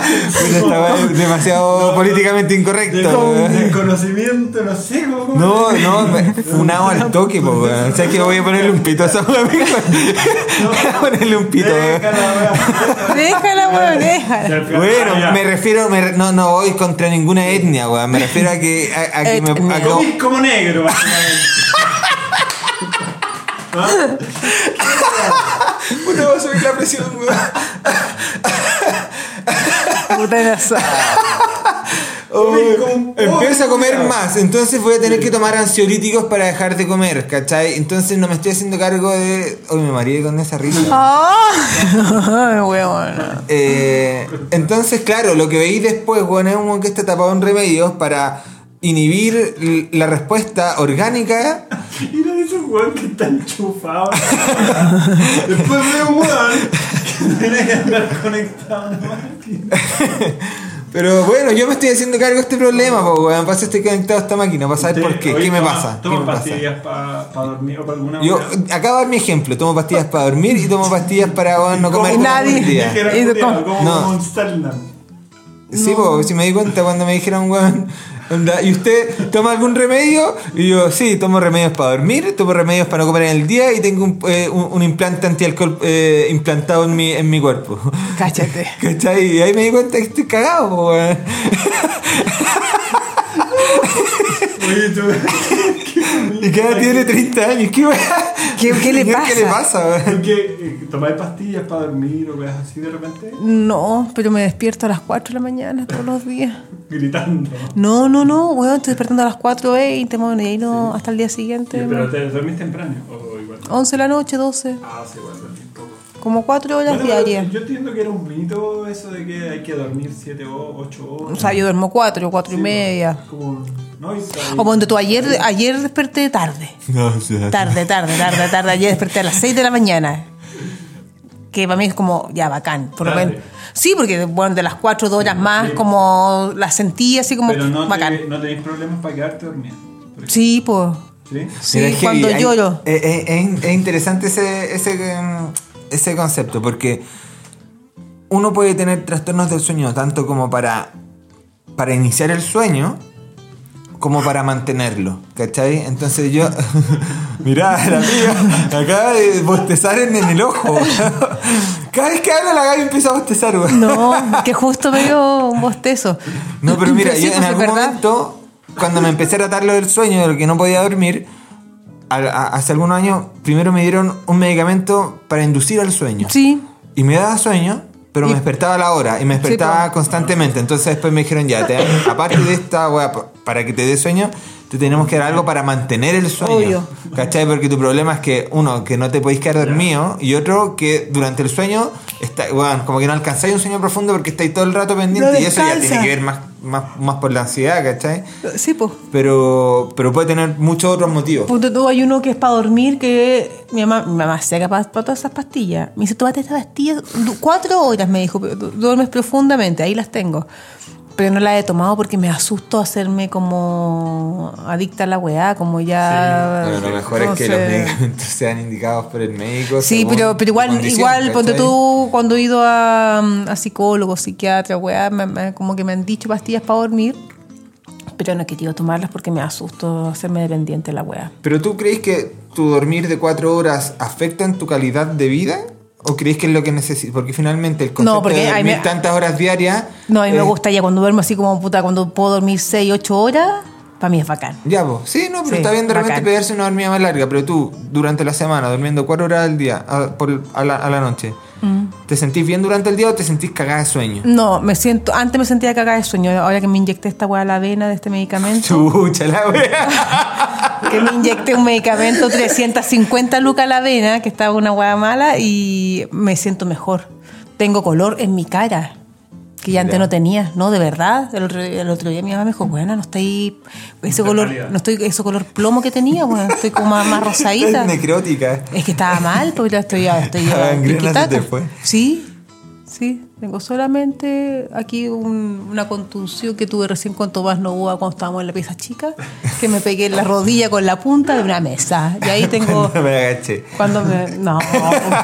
S4: esta weá es demasiado políticamente
S3: De
S4: incorrecto.
S3: todo
S4: weón.
S3: un conocimiento, no sé cómo.
S4: No, no,
S3: [LAUGHS]
S4: me- funado al toque, po, weón. O sea que voy a ponerle un pito a esa weá, amigo. [LAUGHS] Voy a ponerle un pito,
S3: Eh,
S4: weón.
S1: Déjala, weón, déjala.
S4: Bueno, me refiero, me re- no, no voy contra ninguna etnia, weón. Me refiero a que, a, a que me, a que-
S3: Comís como negro, básicamente. ¿Ah?
S4: Puta, va a subir la presión, weón.
S1: Puta la sa-
S4: Uy,
S3: Comí como-
S4: Oh, Empiezo a comer más, entonces voy a tener que tomar ansiolíticos para dejar de comer, ¿cachai? Entonces no me estoy haciendo cargo de. Hoy me mareé con esa risa.
S1: Ah, weón.
S4: Eh, entonces, claro, lo que veis después, weón, es un weón que está tapado en remedios para inhibir l- la respuesta orgánica.
S3: [LAUGHS] Mira esos weón que están
S4: [LAUGHS]
S3: chufados. Después veo un weón que tiene que andar conectado. ¿no?
S4: Pero bueno, yo me estoy haciendo cargo de este problema, po, weón. Pasa estoy conectado a esta máquina, para saber por qué,
S3: Oye,
S4: qué me
S3: toma-
S4: pasa. ¿Qué
S3: Toma
S4: me pasa?
S3: pastillas para dormir o para alguna
S4: Yo
S3: weá.
S4: acabo de dar mi ejemplo, tomo pastillas para dormir y tomo pastillas para weón, no comer
S1: Y nadie-
S4: durante el día.
S3: [LAUGHS] Dijera
S1: Y tú
S3: culiao,
S1: com-
S3: como
S4: No.
S3: Monsterland.
S4: Sí, po, si me di cuenta cuando me dijeron, weón, onda, ¿y usted toma algún remedio? Y yo, sí, tomo remedios para dormir, tomo remedios para no comer en el día y tengo un, eh, un- un implante antialcohol eh, implantado en mi, en mi cuerpo. [LAUGHS]
S1: Cáchate.
S4: ¿Cachai? Y ahí me di cuenta que estoy cagado, po, weón.
S3: Oye, tú. [LAUGHS]
S4: Y que ahora tiene 30 años, ¿qué, weón?
S1: ¿Qué- qué le
S4: Señor, ¿Qué le
S1: pasa?
S4: pasa, weón?
S3: Porque eh, tomáis pastillas para dormir o weas así de repente,
S1: No, pero me despierto a las 4 de la mañana todos los días.
S3: gritando.
S1: No, no, no, weón, estoy despertando a las 4.20, bueno, y ahí no, hasta el día siguiente.
S3: Pero
S1: weón.
S3: te dormís temprano o igual.
S1: 11 de la noche, 12,
S3: Ah, sí, igual dormí poco.
S1: como 4 horas
S3: Bueno, pero
S1: diarias.
S3: yo entiendo que era un mito eso de que hay que dormir 7 o 8
S1: O
S3: horas.
S1: sea, yo duermo 4, 4
S3: pues.
S1: y media.
S3: Como, no, y está ahí.
S1: O ponte tú, ayer, ayer desperté tarde.
S4: No, o sea,
S1: Tarde, tarde, tarde, tarde. Ayer desperté a las 6 de la mañana. Que para mí es como ya bacán, por lo
S3: Tarde.
S1: menos. Sí, porque bueno, de las 4 horas más,
S3: sí.
S1: como las sentí así como
S3: pero no,
S1: bacán.
S3: te, no tenéis problemas para quedarte dormido. por ejemplo.
S1: Sí, pues.
S3: ¿Sí?
S1: Sí,
S4: Mira, es heavy.
S1: cuando
S4: Hay-
S1: lloro.
S4: Es, es- es- es interesante ese, ese, em, ese concepto, porque uno puede tener trastornos del sueño tanto como para, para iniciar el sueño, como para mantenerlo, ¿cachai? Entonces yo... [LAUGHS] Mirá, la amiga acaba de bostezar en, en el ojo. Cada vez que habla la Gaby empieza a bostezar, güey.
S1: No, que justo me dio un bostezo.
S4: No, pero mira,
S1: Sí,
S4: yo
S1: pues,
S4: en
S1: es
S4: algún
S1: verdad.
S4: momento, cuando me empecé a tratar lo del sueño, de lo que no podía dormir, al- a- hace algunos años, primero me dieron un medicamento para inducir al sueño.
S1: Sí,
S4: Y me daba sueño, pero me despertaba a la hora y me despertaba
S1: pues.
S4: constantemente. Entonces después me dijeron, ya, te- aparte de esta weá, pa- para que te dé sueño, te tenemos que dar algo para mantener el sueño.
S1: Obvio.
S4: ¿Cachai? Porque tu problema es que, uno, que no te podéis quedar dormido y otro, que durante el sueño, está, weón, como que no alcanzáis un sueño profundo porque estáis todo el rato pendiente y eso ya
S1: descansa.
S4: tiene que ver más, más, más por la ansiedad, ¿cachai?
S1: sí, pues.
S4: Pero, pero puede tener muchos otros motivos.
S1: Punto tú, hay uno que es para dormir, que mi mamá, mi mamá se capaz para todas esas pastillas. Me dice, tómate estas pastillas, du- cuatro horas me dijo, pero du- duermes profundamente, ahí las tengo. Pero no las he tomado porque me asusto hacerme como adicta a la weá, como ya...
S4: Bueno, lo mejor es que los
S1: Entonces-
S4: medicamentos [LAUGHS] sean indicados por el médico.
S1: Sí,
S4: según
S1: pero, pero
S4: tu
S1: igual,
S4: condición,
S1: igual ponte
S4: ¿cachai?
S1: tú, cuando he ido a, mm, a psicólogo, psiquiatra, weá, me- me- como que me han dicho pastillas para dormir, pero no he querido tomarlas porque me asusto hacerme dependiente de la weá.
S4: ¿Pero tú crees que tu dormir de cuatro horas afecta en tu calidad de vida? ¿O crees que es lo que necesita? Porque finalmente el concepto
S1: No, porque
S4: de
S1: ahí
S4: dormir
S1: me-
S4: tantas horas diarias...
S1: No, a mí me
S4: eh,
S1: gusta ya cuando duermo así como puta, cuando puedo dormir 6, 8 horas, para mí es bacán.
S4: Ya, vos. Sí, no, pero
S1: Sí,
S4: está bien de repente
S1: bacán.
S4: pegarse una dormida más larga, pero tú, durante la semana, durmiendo cuatro horas al día, a, por- a la, a la noche, ¿te sentís bien durante el día o te sentís cagada de sueño?
S1: Mm. No, me siento, antes me sentía cagada de sueño, ahora que me inyecté esta weá a la vena de este [LAUGHS] medicamento,
S4: Chucha la wea.
S1: que me inyecté un medicamento 350 lucas a la vena, que estaba una weá mala, y me siento mejor. Tengo color en mi cara, que ya antes
S4: Mira.
S1: no tenía, ¿no? De verdad, el otro, el otro día mi mamá me dijo, bueno, no estoy, ese
S3: Está
S1: color,
S3: pálida.
S1: no estoy, ese color plomo que tenía, bueno, estoy como [LAUGHS] más, más
S4: [LAUGHS]
S1: rosadita.
S4: Necrótica.
S1: Es que estaba mal, porque ya estoy ya
S4: [LAUGHS]
S1: estoy
S4: La
S1: ya
S4: gangrena Ah, se
S1: tiquitaca.
S4: te fue.
S1: Sí, sí. Tengo solamente aquí un- una contusión que tuve recién con Tomás Novoa cuando estábamos en la pieza chica, que me pegué en la rodilla con la punta de una mesa. Y ahí
S4: [LAUGHS]
S1: tengo.
S4: Cuando me agaché.
S1: Cuando me. No.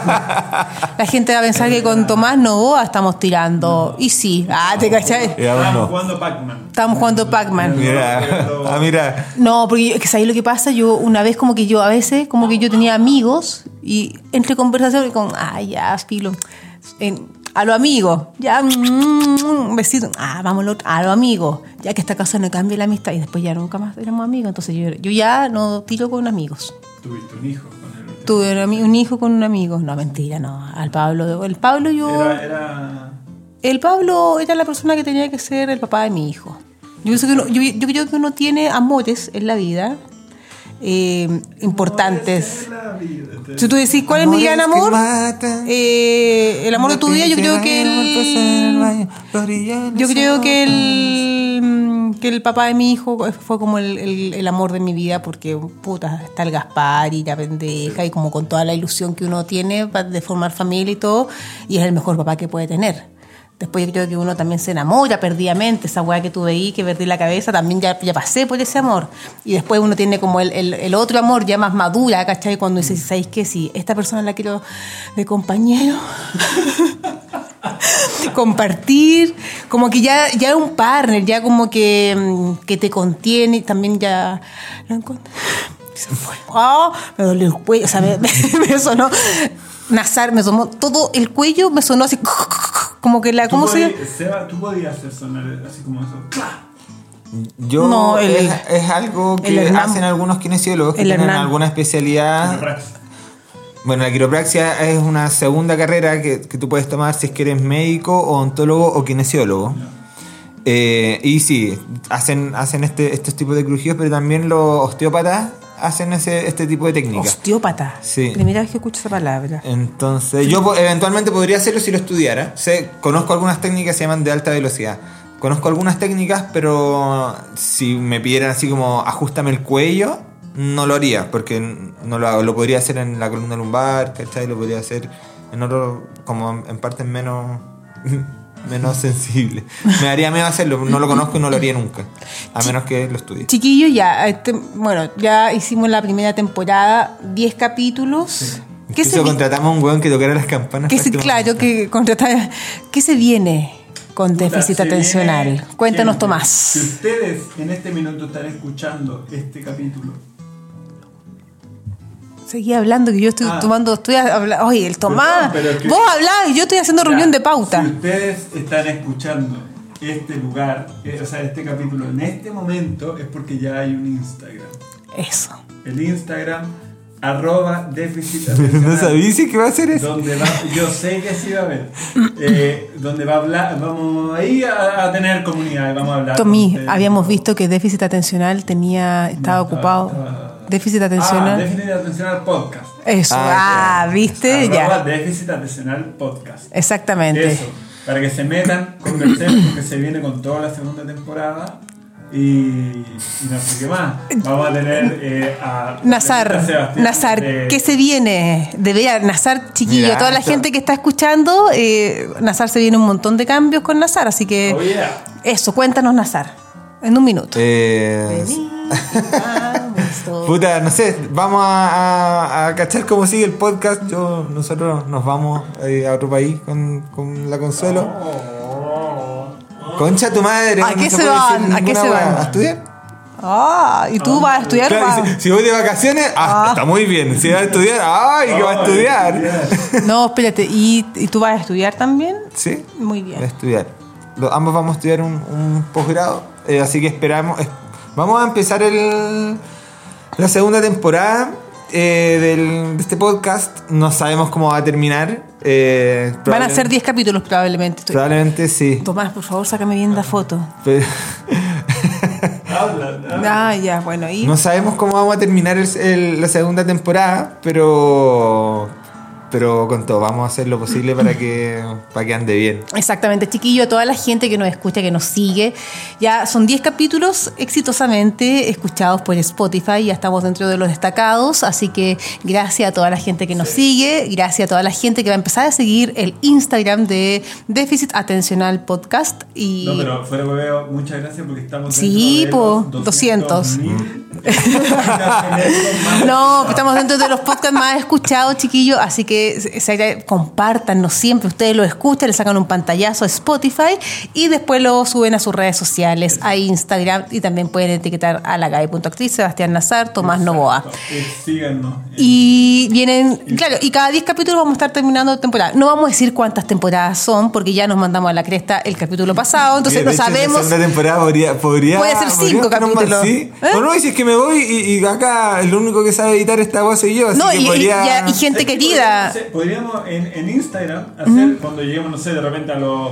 S1: La gente va a pensar que con Tomás Novoa estamos tirando. Y sí. Ah, ¿te cachai?
S4: [LAUGHS] Ya, vos
S3: Estábamos
S4: no.
S3: jugando Pac-Man.
S1: Estamos jugando Pac-Man.
S4: Mira, [LAUGHS] ah, mira.
S1: No, porque es que sabéis lo que pasa, yo una vez como que yo a veces como que yo tenía amigos y entre conversaciones con, ay, ya, filo, en- a los amigos, ya, mm, mm, un besito, ah, vámonos, a los amigos, ya que esta casa no cambie la amistad y después ya nunca más éramos amigos, entonces yo, yo ya no tiro con amigos.
S3: Tuviste un hijo con el último.
S1: Tuve un, ami- un hijo con un amigo, no, mentira, no, al Pablo, el Pablo yo...
S3: Era, era.
S1: El Pablo era la persona que tenía que ser el papá de mi hijo. Yo, pienso que uno- yo- yo creo que uno tiene amores en la vida eh, importantes.
S3: La vida.
S1: Si tú decís, ¿cuál es mi gran
S4: Amores que
S1: amor?
S4: matan.
S1: Eh, el amor de tu vida, yo creo que el, yo creo que el, mm, que el papá de mi hijo fue como el, el- el amor de mi vida, porque puta, está el Gaspar y la pendeja, y como con toda la ilusión que uno tiene pa- de formar familia y todo, y es el mejor papá que puede tener. Después yo creo que uno también se enamora perdidamente, esa weá que tuve ahí, que perdí la cabeza, también ya, ya pasé por ese amor. Y después uno tiene como el, el- el otro amor ya más madura, ¿cachai? Cuando dices, ¿sabéis qué? Si esta persona la quiero de compañero, [LAUGHS] compartir, como que ya ya es un partner, ya como que, mm, que te contiene, también ya lo encont- Se fue. Ah, me dolió el cuello, o sea, me, [LAUGHS] me- me sonó nasar, me sonó todo el cuello, me sonó así [LAUGHS] como que la Ah, ¿cómo
S3: Tú
S1: se
S3: podí- Seba, tú podías hacer sonar así como eso. ¡Cla!
S4: Yo
S1: No, el-
S4: es, es algo que
S1: el Hernán.
S4: hacen algunos kinesiólogos que
S1: El
S4: tienen
S1: Hernán.
S4: alguna
S1: Ah,
S4: especialidad. Bueno, la quiropraxia es una segunda carrera que, que tú puedes tomar si es que eres médico, odontólogo o kinesiólogo. Eh, y sí, hacen, hacen este, estos tipos de crujidos, pero también los osteópatas hacen ese, este tipo de técnicas.
S1: Osteópata.
S4: Sí.
S1: Primera vez que escucho esa palabra.
S4: Entonces, yo po- eventualmente podría hacerlo si lo estudiara. Sé, conozco algunas técnicas que se llaman de alta velocidad. Conozco algunas técnicas, pero si me pidieran así como ajustame el cuello, no lo haría, porque no lo hago. Lo podría hacer en la columna lumbar, ¿cachai? Lo podría hacer en otro, como en partes menos, [LAUGHS] menos sensibles. Me daría miedo hacerlo, no lo conozco y no lo haría nunca, a menos que lo estudie.
S1: Chiquillo, ya, este, bueno, ya hicimos la primera temporada, 10 capítulos. ¿Qué se
S4: Incluso
S1: vi-
S4: contratamos a un weón que tocara las campanas. [LAUGHS]
S1: ¿Qué se,
S4: prácticamente.
S1: claro, que contratar. ¿Qué se viene con déficit
S3: Se viene
S1: atencional? Cuéntanos,
S3: gente. [LAUGHS] Si
S1: Tomás.
S3: ustedes en este minuto están escuchando este capítulo,
S1: Seguí hablando que yo estoy
S3: Ah.
S1: tomando. Estoy habla- Oye, el Tomás.
S3: Perdón, pero es que-
S1: Vos hablás y yo estoy haciendo reunión de pauta.
S3: Si ustedes están escuchando este lugar, eh, o sea, este capítulo en este momento, es porque ya hay un Instagram.
S1: Eso.
S3: El Instagram, arroba déficit
S4: ¿No
S3: atencional,
S4: sabías que va a hacer eso?
S3: Donde va, yo sé que sí va a haber. eh, donde va a hablar, vamos ahí a, a tener comunidad, y vamos a hablar. con
S1: Tommy,
S3: ustedes.
S1: habíamos visto que déficit atencional tenía. estaba
S3: eh. No,
S1: ocupado.
S3: estaba-
S1: Déficit
S3: Ah,
S1: atencional.
S3: déficit atencional podcast.
S1: Eso. Ah,
S4: Ah,
S1: ¿viste?
S3: Arroba
S1: Ya.
S3: déficit atencional podcast.
S1: Exactamente.
S3: Eso, para que se metan, conversemos, porque se viene con toda la segunda temporada. Y, y no sé qué más. Vamos a tener eh, a a
S1: Nazar,
S3: Sebastián,
S1: Nazar,
S3: eh,
S1: ¿qué se viene? De ver, Nazar, chiquillo,
S4: Mira,
S1: toda la
S4: esto-
S1: gente que está escuchando, eh, Nazar se viene un montón de cambios con Nazar, así que
S3: oh, yeah.
S1: eso, cuéntanos Nazar, en un minuto.
S4: Eh,
S1: Vení, vamos
S4: [LAUGHS]
S1: todos.
S4: puta, no sé, vamos a, a- a cachar cómo sigue el podcast. Yo, nosotros nos vamos eh, a otro país con, con la consuelo. Concha tu madre.
S1: ¿A qué
S4: no
S1: se
S4: puede
S1: van?
S4: decir
S1: ¿A qué
S4: ninguna
S1: se
S4: weá.
S1: van?
S4: ¿A estudiar?
S1: Ah, y tú vas a estudiar.
S4: Claro, y
S1: vas-
S4: si, si voy de vacaciones, ah,
S1: Ah.
S4: está muy bien. Si va a estudiar, ay, que va a estudiar.
S1: No, espérate, ¿Y, y tú vas a estudiar también?
S4: [LAUGHS] Sí.
S1: Muy
S4: a
S1: bien.
S4: estudiar. Lo- ambos vamos a estudiar un, un posgrado, eh, así que esperamos. es- vamos a empezar el, la segunda temporada eh, del- de este podcast. No sabemos cómo va a terminar. eh,
S1: Van a
S4: probablemente-
S1: ser 10 capítulos probablemente. estoy-
S4: Probablemente sí.
S1: Tomás, por favor, sácame bien la foto.
S4: pero- [LAUGHS]
S3: Habla, habla.
S1: Ah, ya, bueno. Y
S4: no sabemos cómo vamos a terminar el- el- la segunda temporada, pero. Pero con todo, vamos a hacer lo posible para que, para que ande bien.
S1: Exactamente, chiquillo, a toda la gente que nos escucha, que nos sigue. Ya son 10 capítulos exitosamente escuchados por Spotify, ya estamos dentro de los destacados, así que gracias a toda la gente que nos sigue, gracias a toda la gente que va a empezar a seguir el Instagram de Déficit Atencional Podcast y
S3: No, pero fuera hueveo, muchas gracias porque estamos
S1: Sí,
S3: dentro de
S1: po,
S3: los
S1: 200. [LAUGHS]
S3: 200.000. Más.
S1: No, pues estamos dentro de los podcasts más escuchados, chiquillos, así que se- se- compártannos siempre. Ustedes lo escuchan, le sacan un pantallazo a Spotify y después lo suben a sus redes sociales, a Instagram y también pueden etiquetar a la Gaby.actriz, Sebastián Nazar, Tomás Novoa.
S3: Eh, Síganos.
S1: Y vienen, claro, y cada 10 capítulos vamos a estar terminando temporada. No vamos a decir cuántas temporadas son, porque ya nos mandamos a la cresta el capítulo pasado, entonces
S4: De
S1: no
S4: hecho,
S1: sabemos.
S4: La segunda temporada podría. podría
S1: Puede ser
S4: podría
S1: cinco
S4: estar nomás,
S1: capítulos.
S4: Sí.
S1: ¿Eh?
S4: O no, y si es que me voy y, y acá el único que sabe editar esta voz soy yo. Así
S1: No,
S4: que
S1: y, y-
S4: podría.
S1: y- y gente
S3: ¿Sabes qué
S1: querida.
S3: podríamos hacer? Podríamos en, en Instagram hacer cuando lleguemos, no sé, de repente a los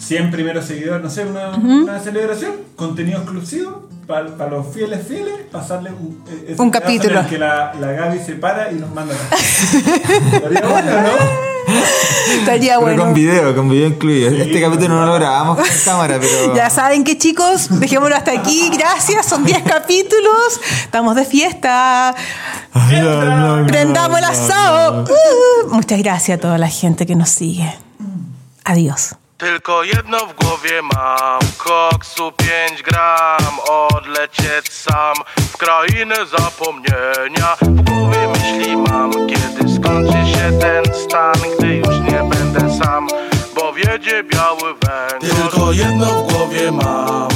S3: 100 primeros seguidores, no sé, una, una celebración, contenido exclusivo para los fieles fieles, pasarle un, eh, ese pedazo
S1: capítulo.
S3: en el que la, la Gaby se para y nos manda. la-
S1: [LAUGHS]
S3: Estaría bueno, ¿no?
S1: [LAUGHS] Estaría
S4: Pero
S1: bueno.
S4: con video, con video incluido. este
S3: Sí.
S4: capítulo no lo grabamos con cámara, pero.
S1: Ya saben que chicos, dejémoslo hasta aquí, gracias, son
S4: [LAUGHS]
S1: 10 capítulos, estamos de fiesta,
S4: Ay, no, no, no,
S1: prendamos el
S4: no,
S1: asado. Uh, muchas gracias a toda la gente que nos sigue. Adiós.
S2: Tylko jedno w głowie mam Koksu 5 gram Odlecieć sam W krainę zapomnienia W głowie myśli mam Kiedy skończy się ten stan Gdy już nie będę sam Bo wiedzie biały węgorz Tylko jedno w głowie mam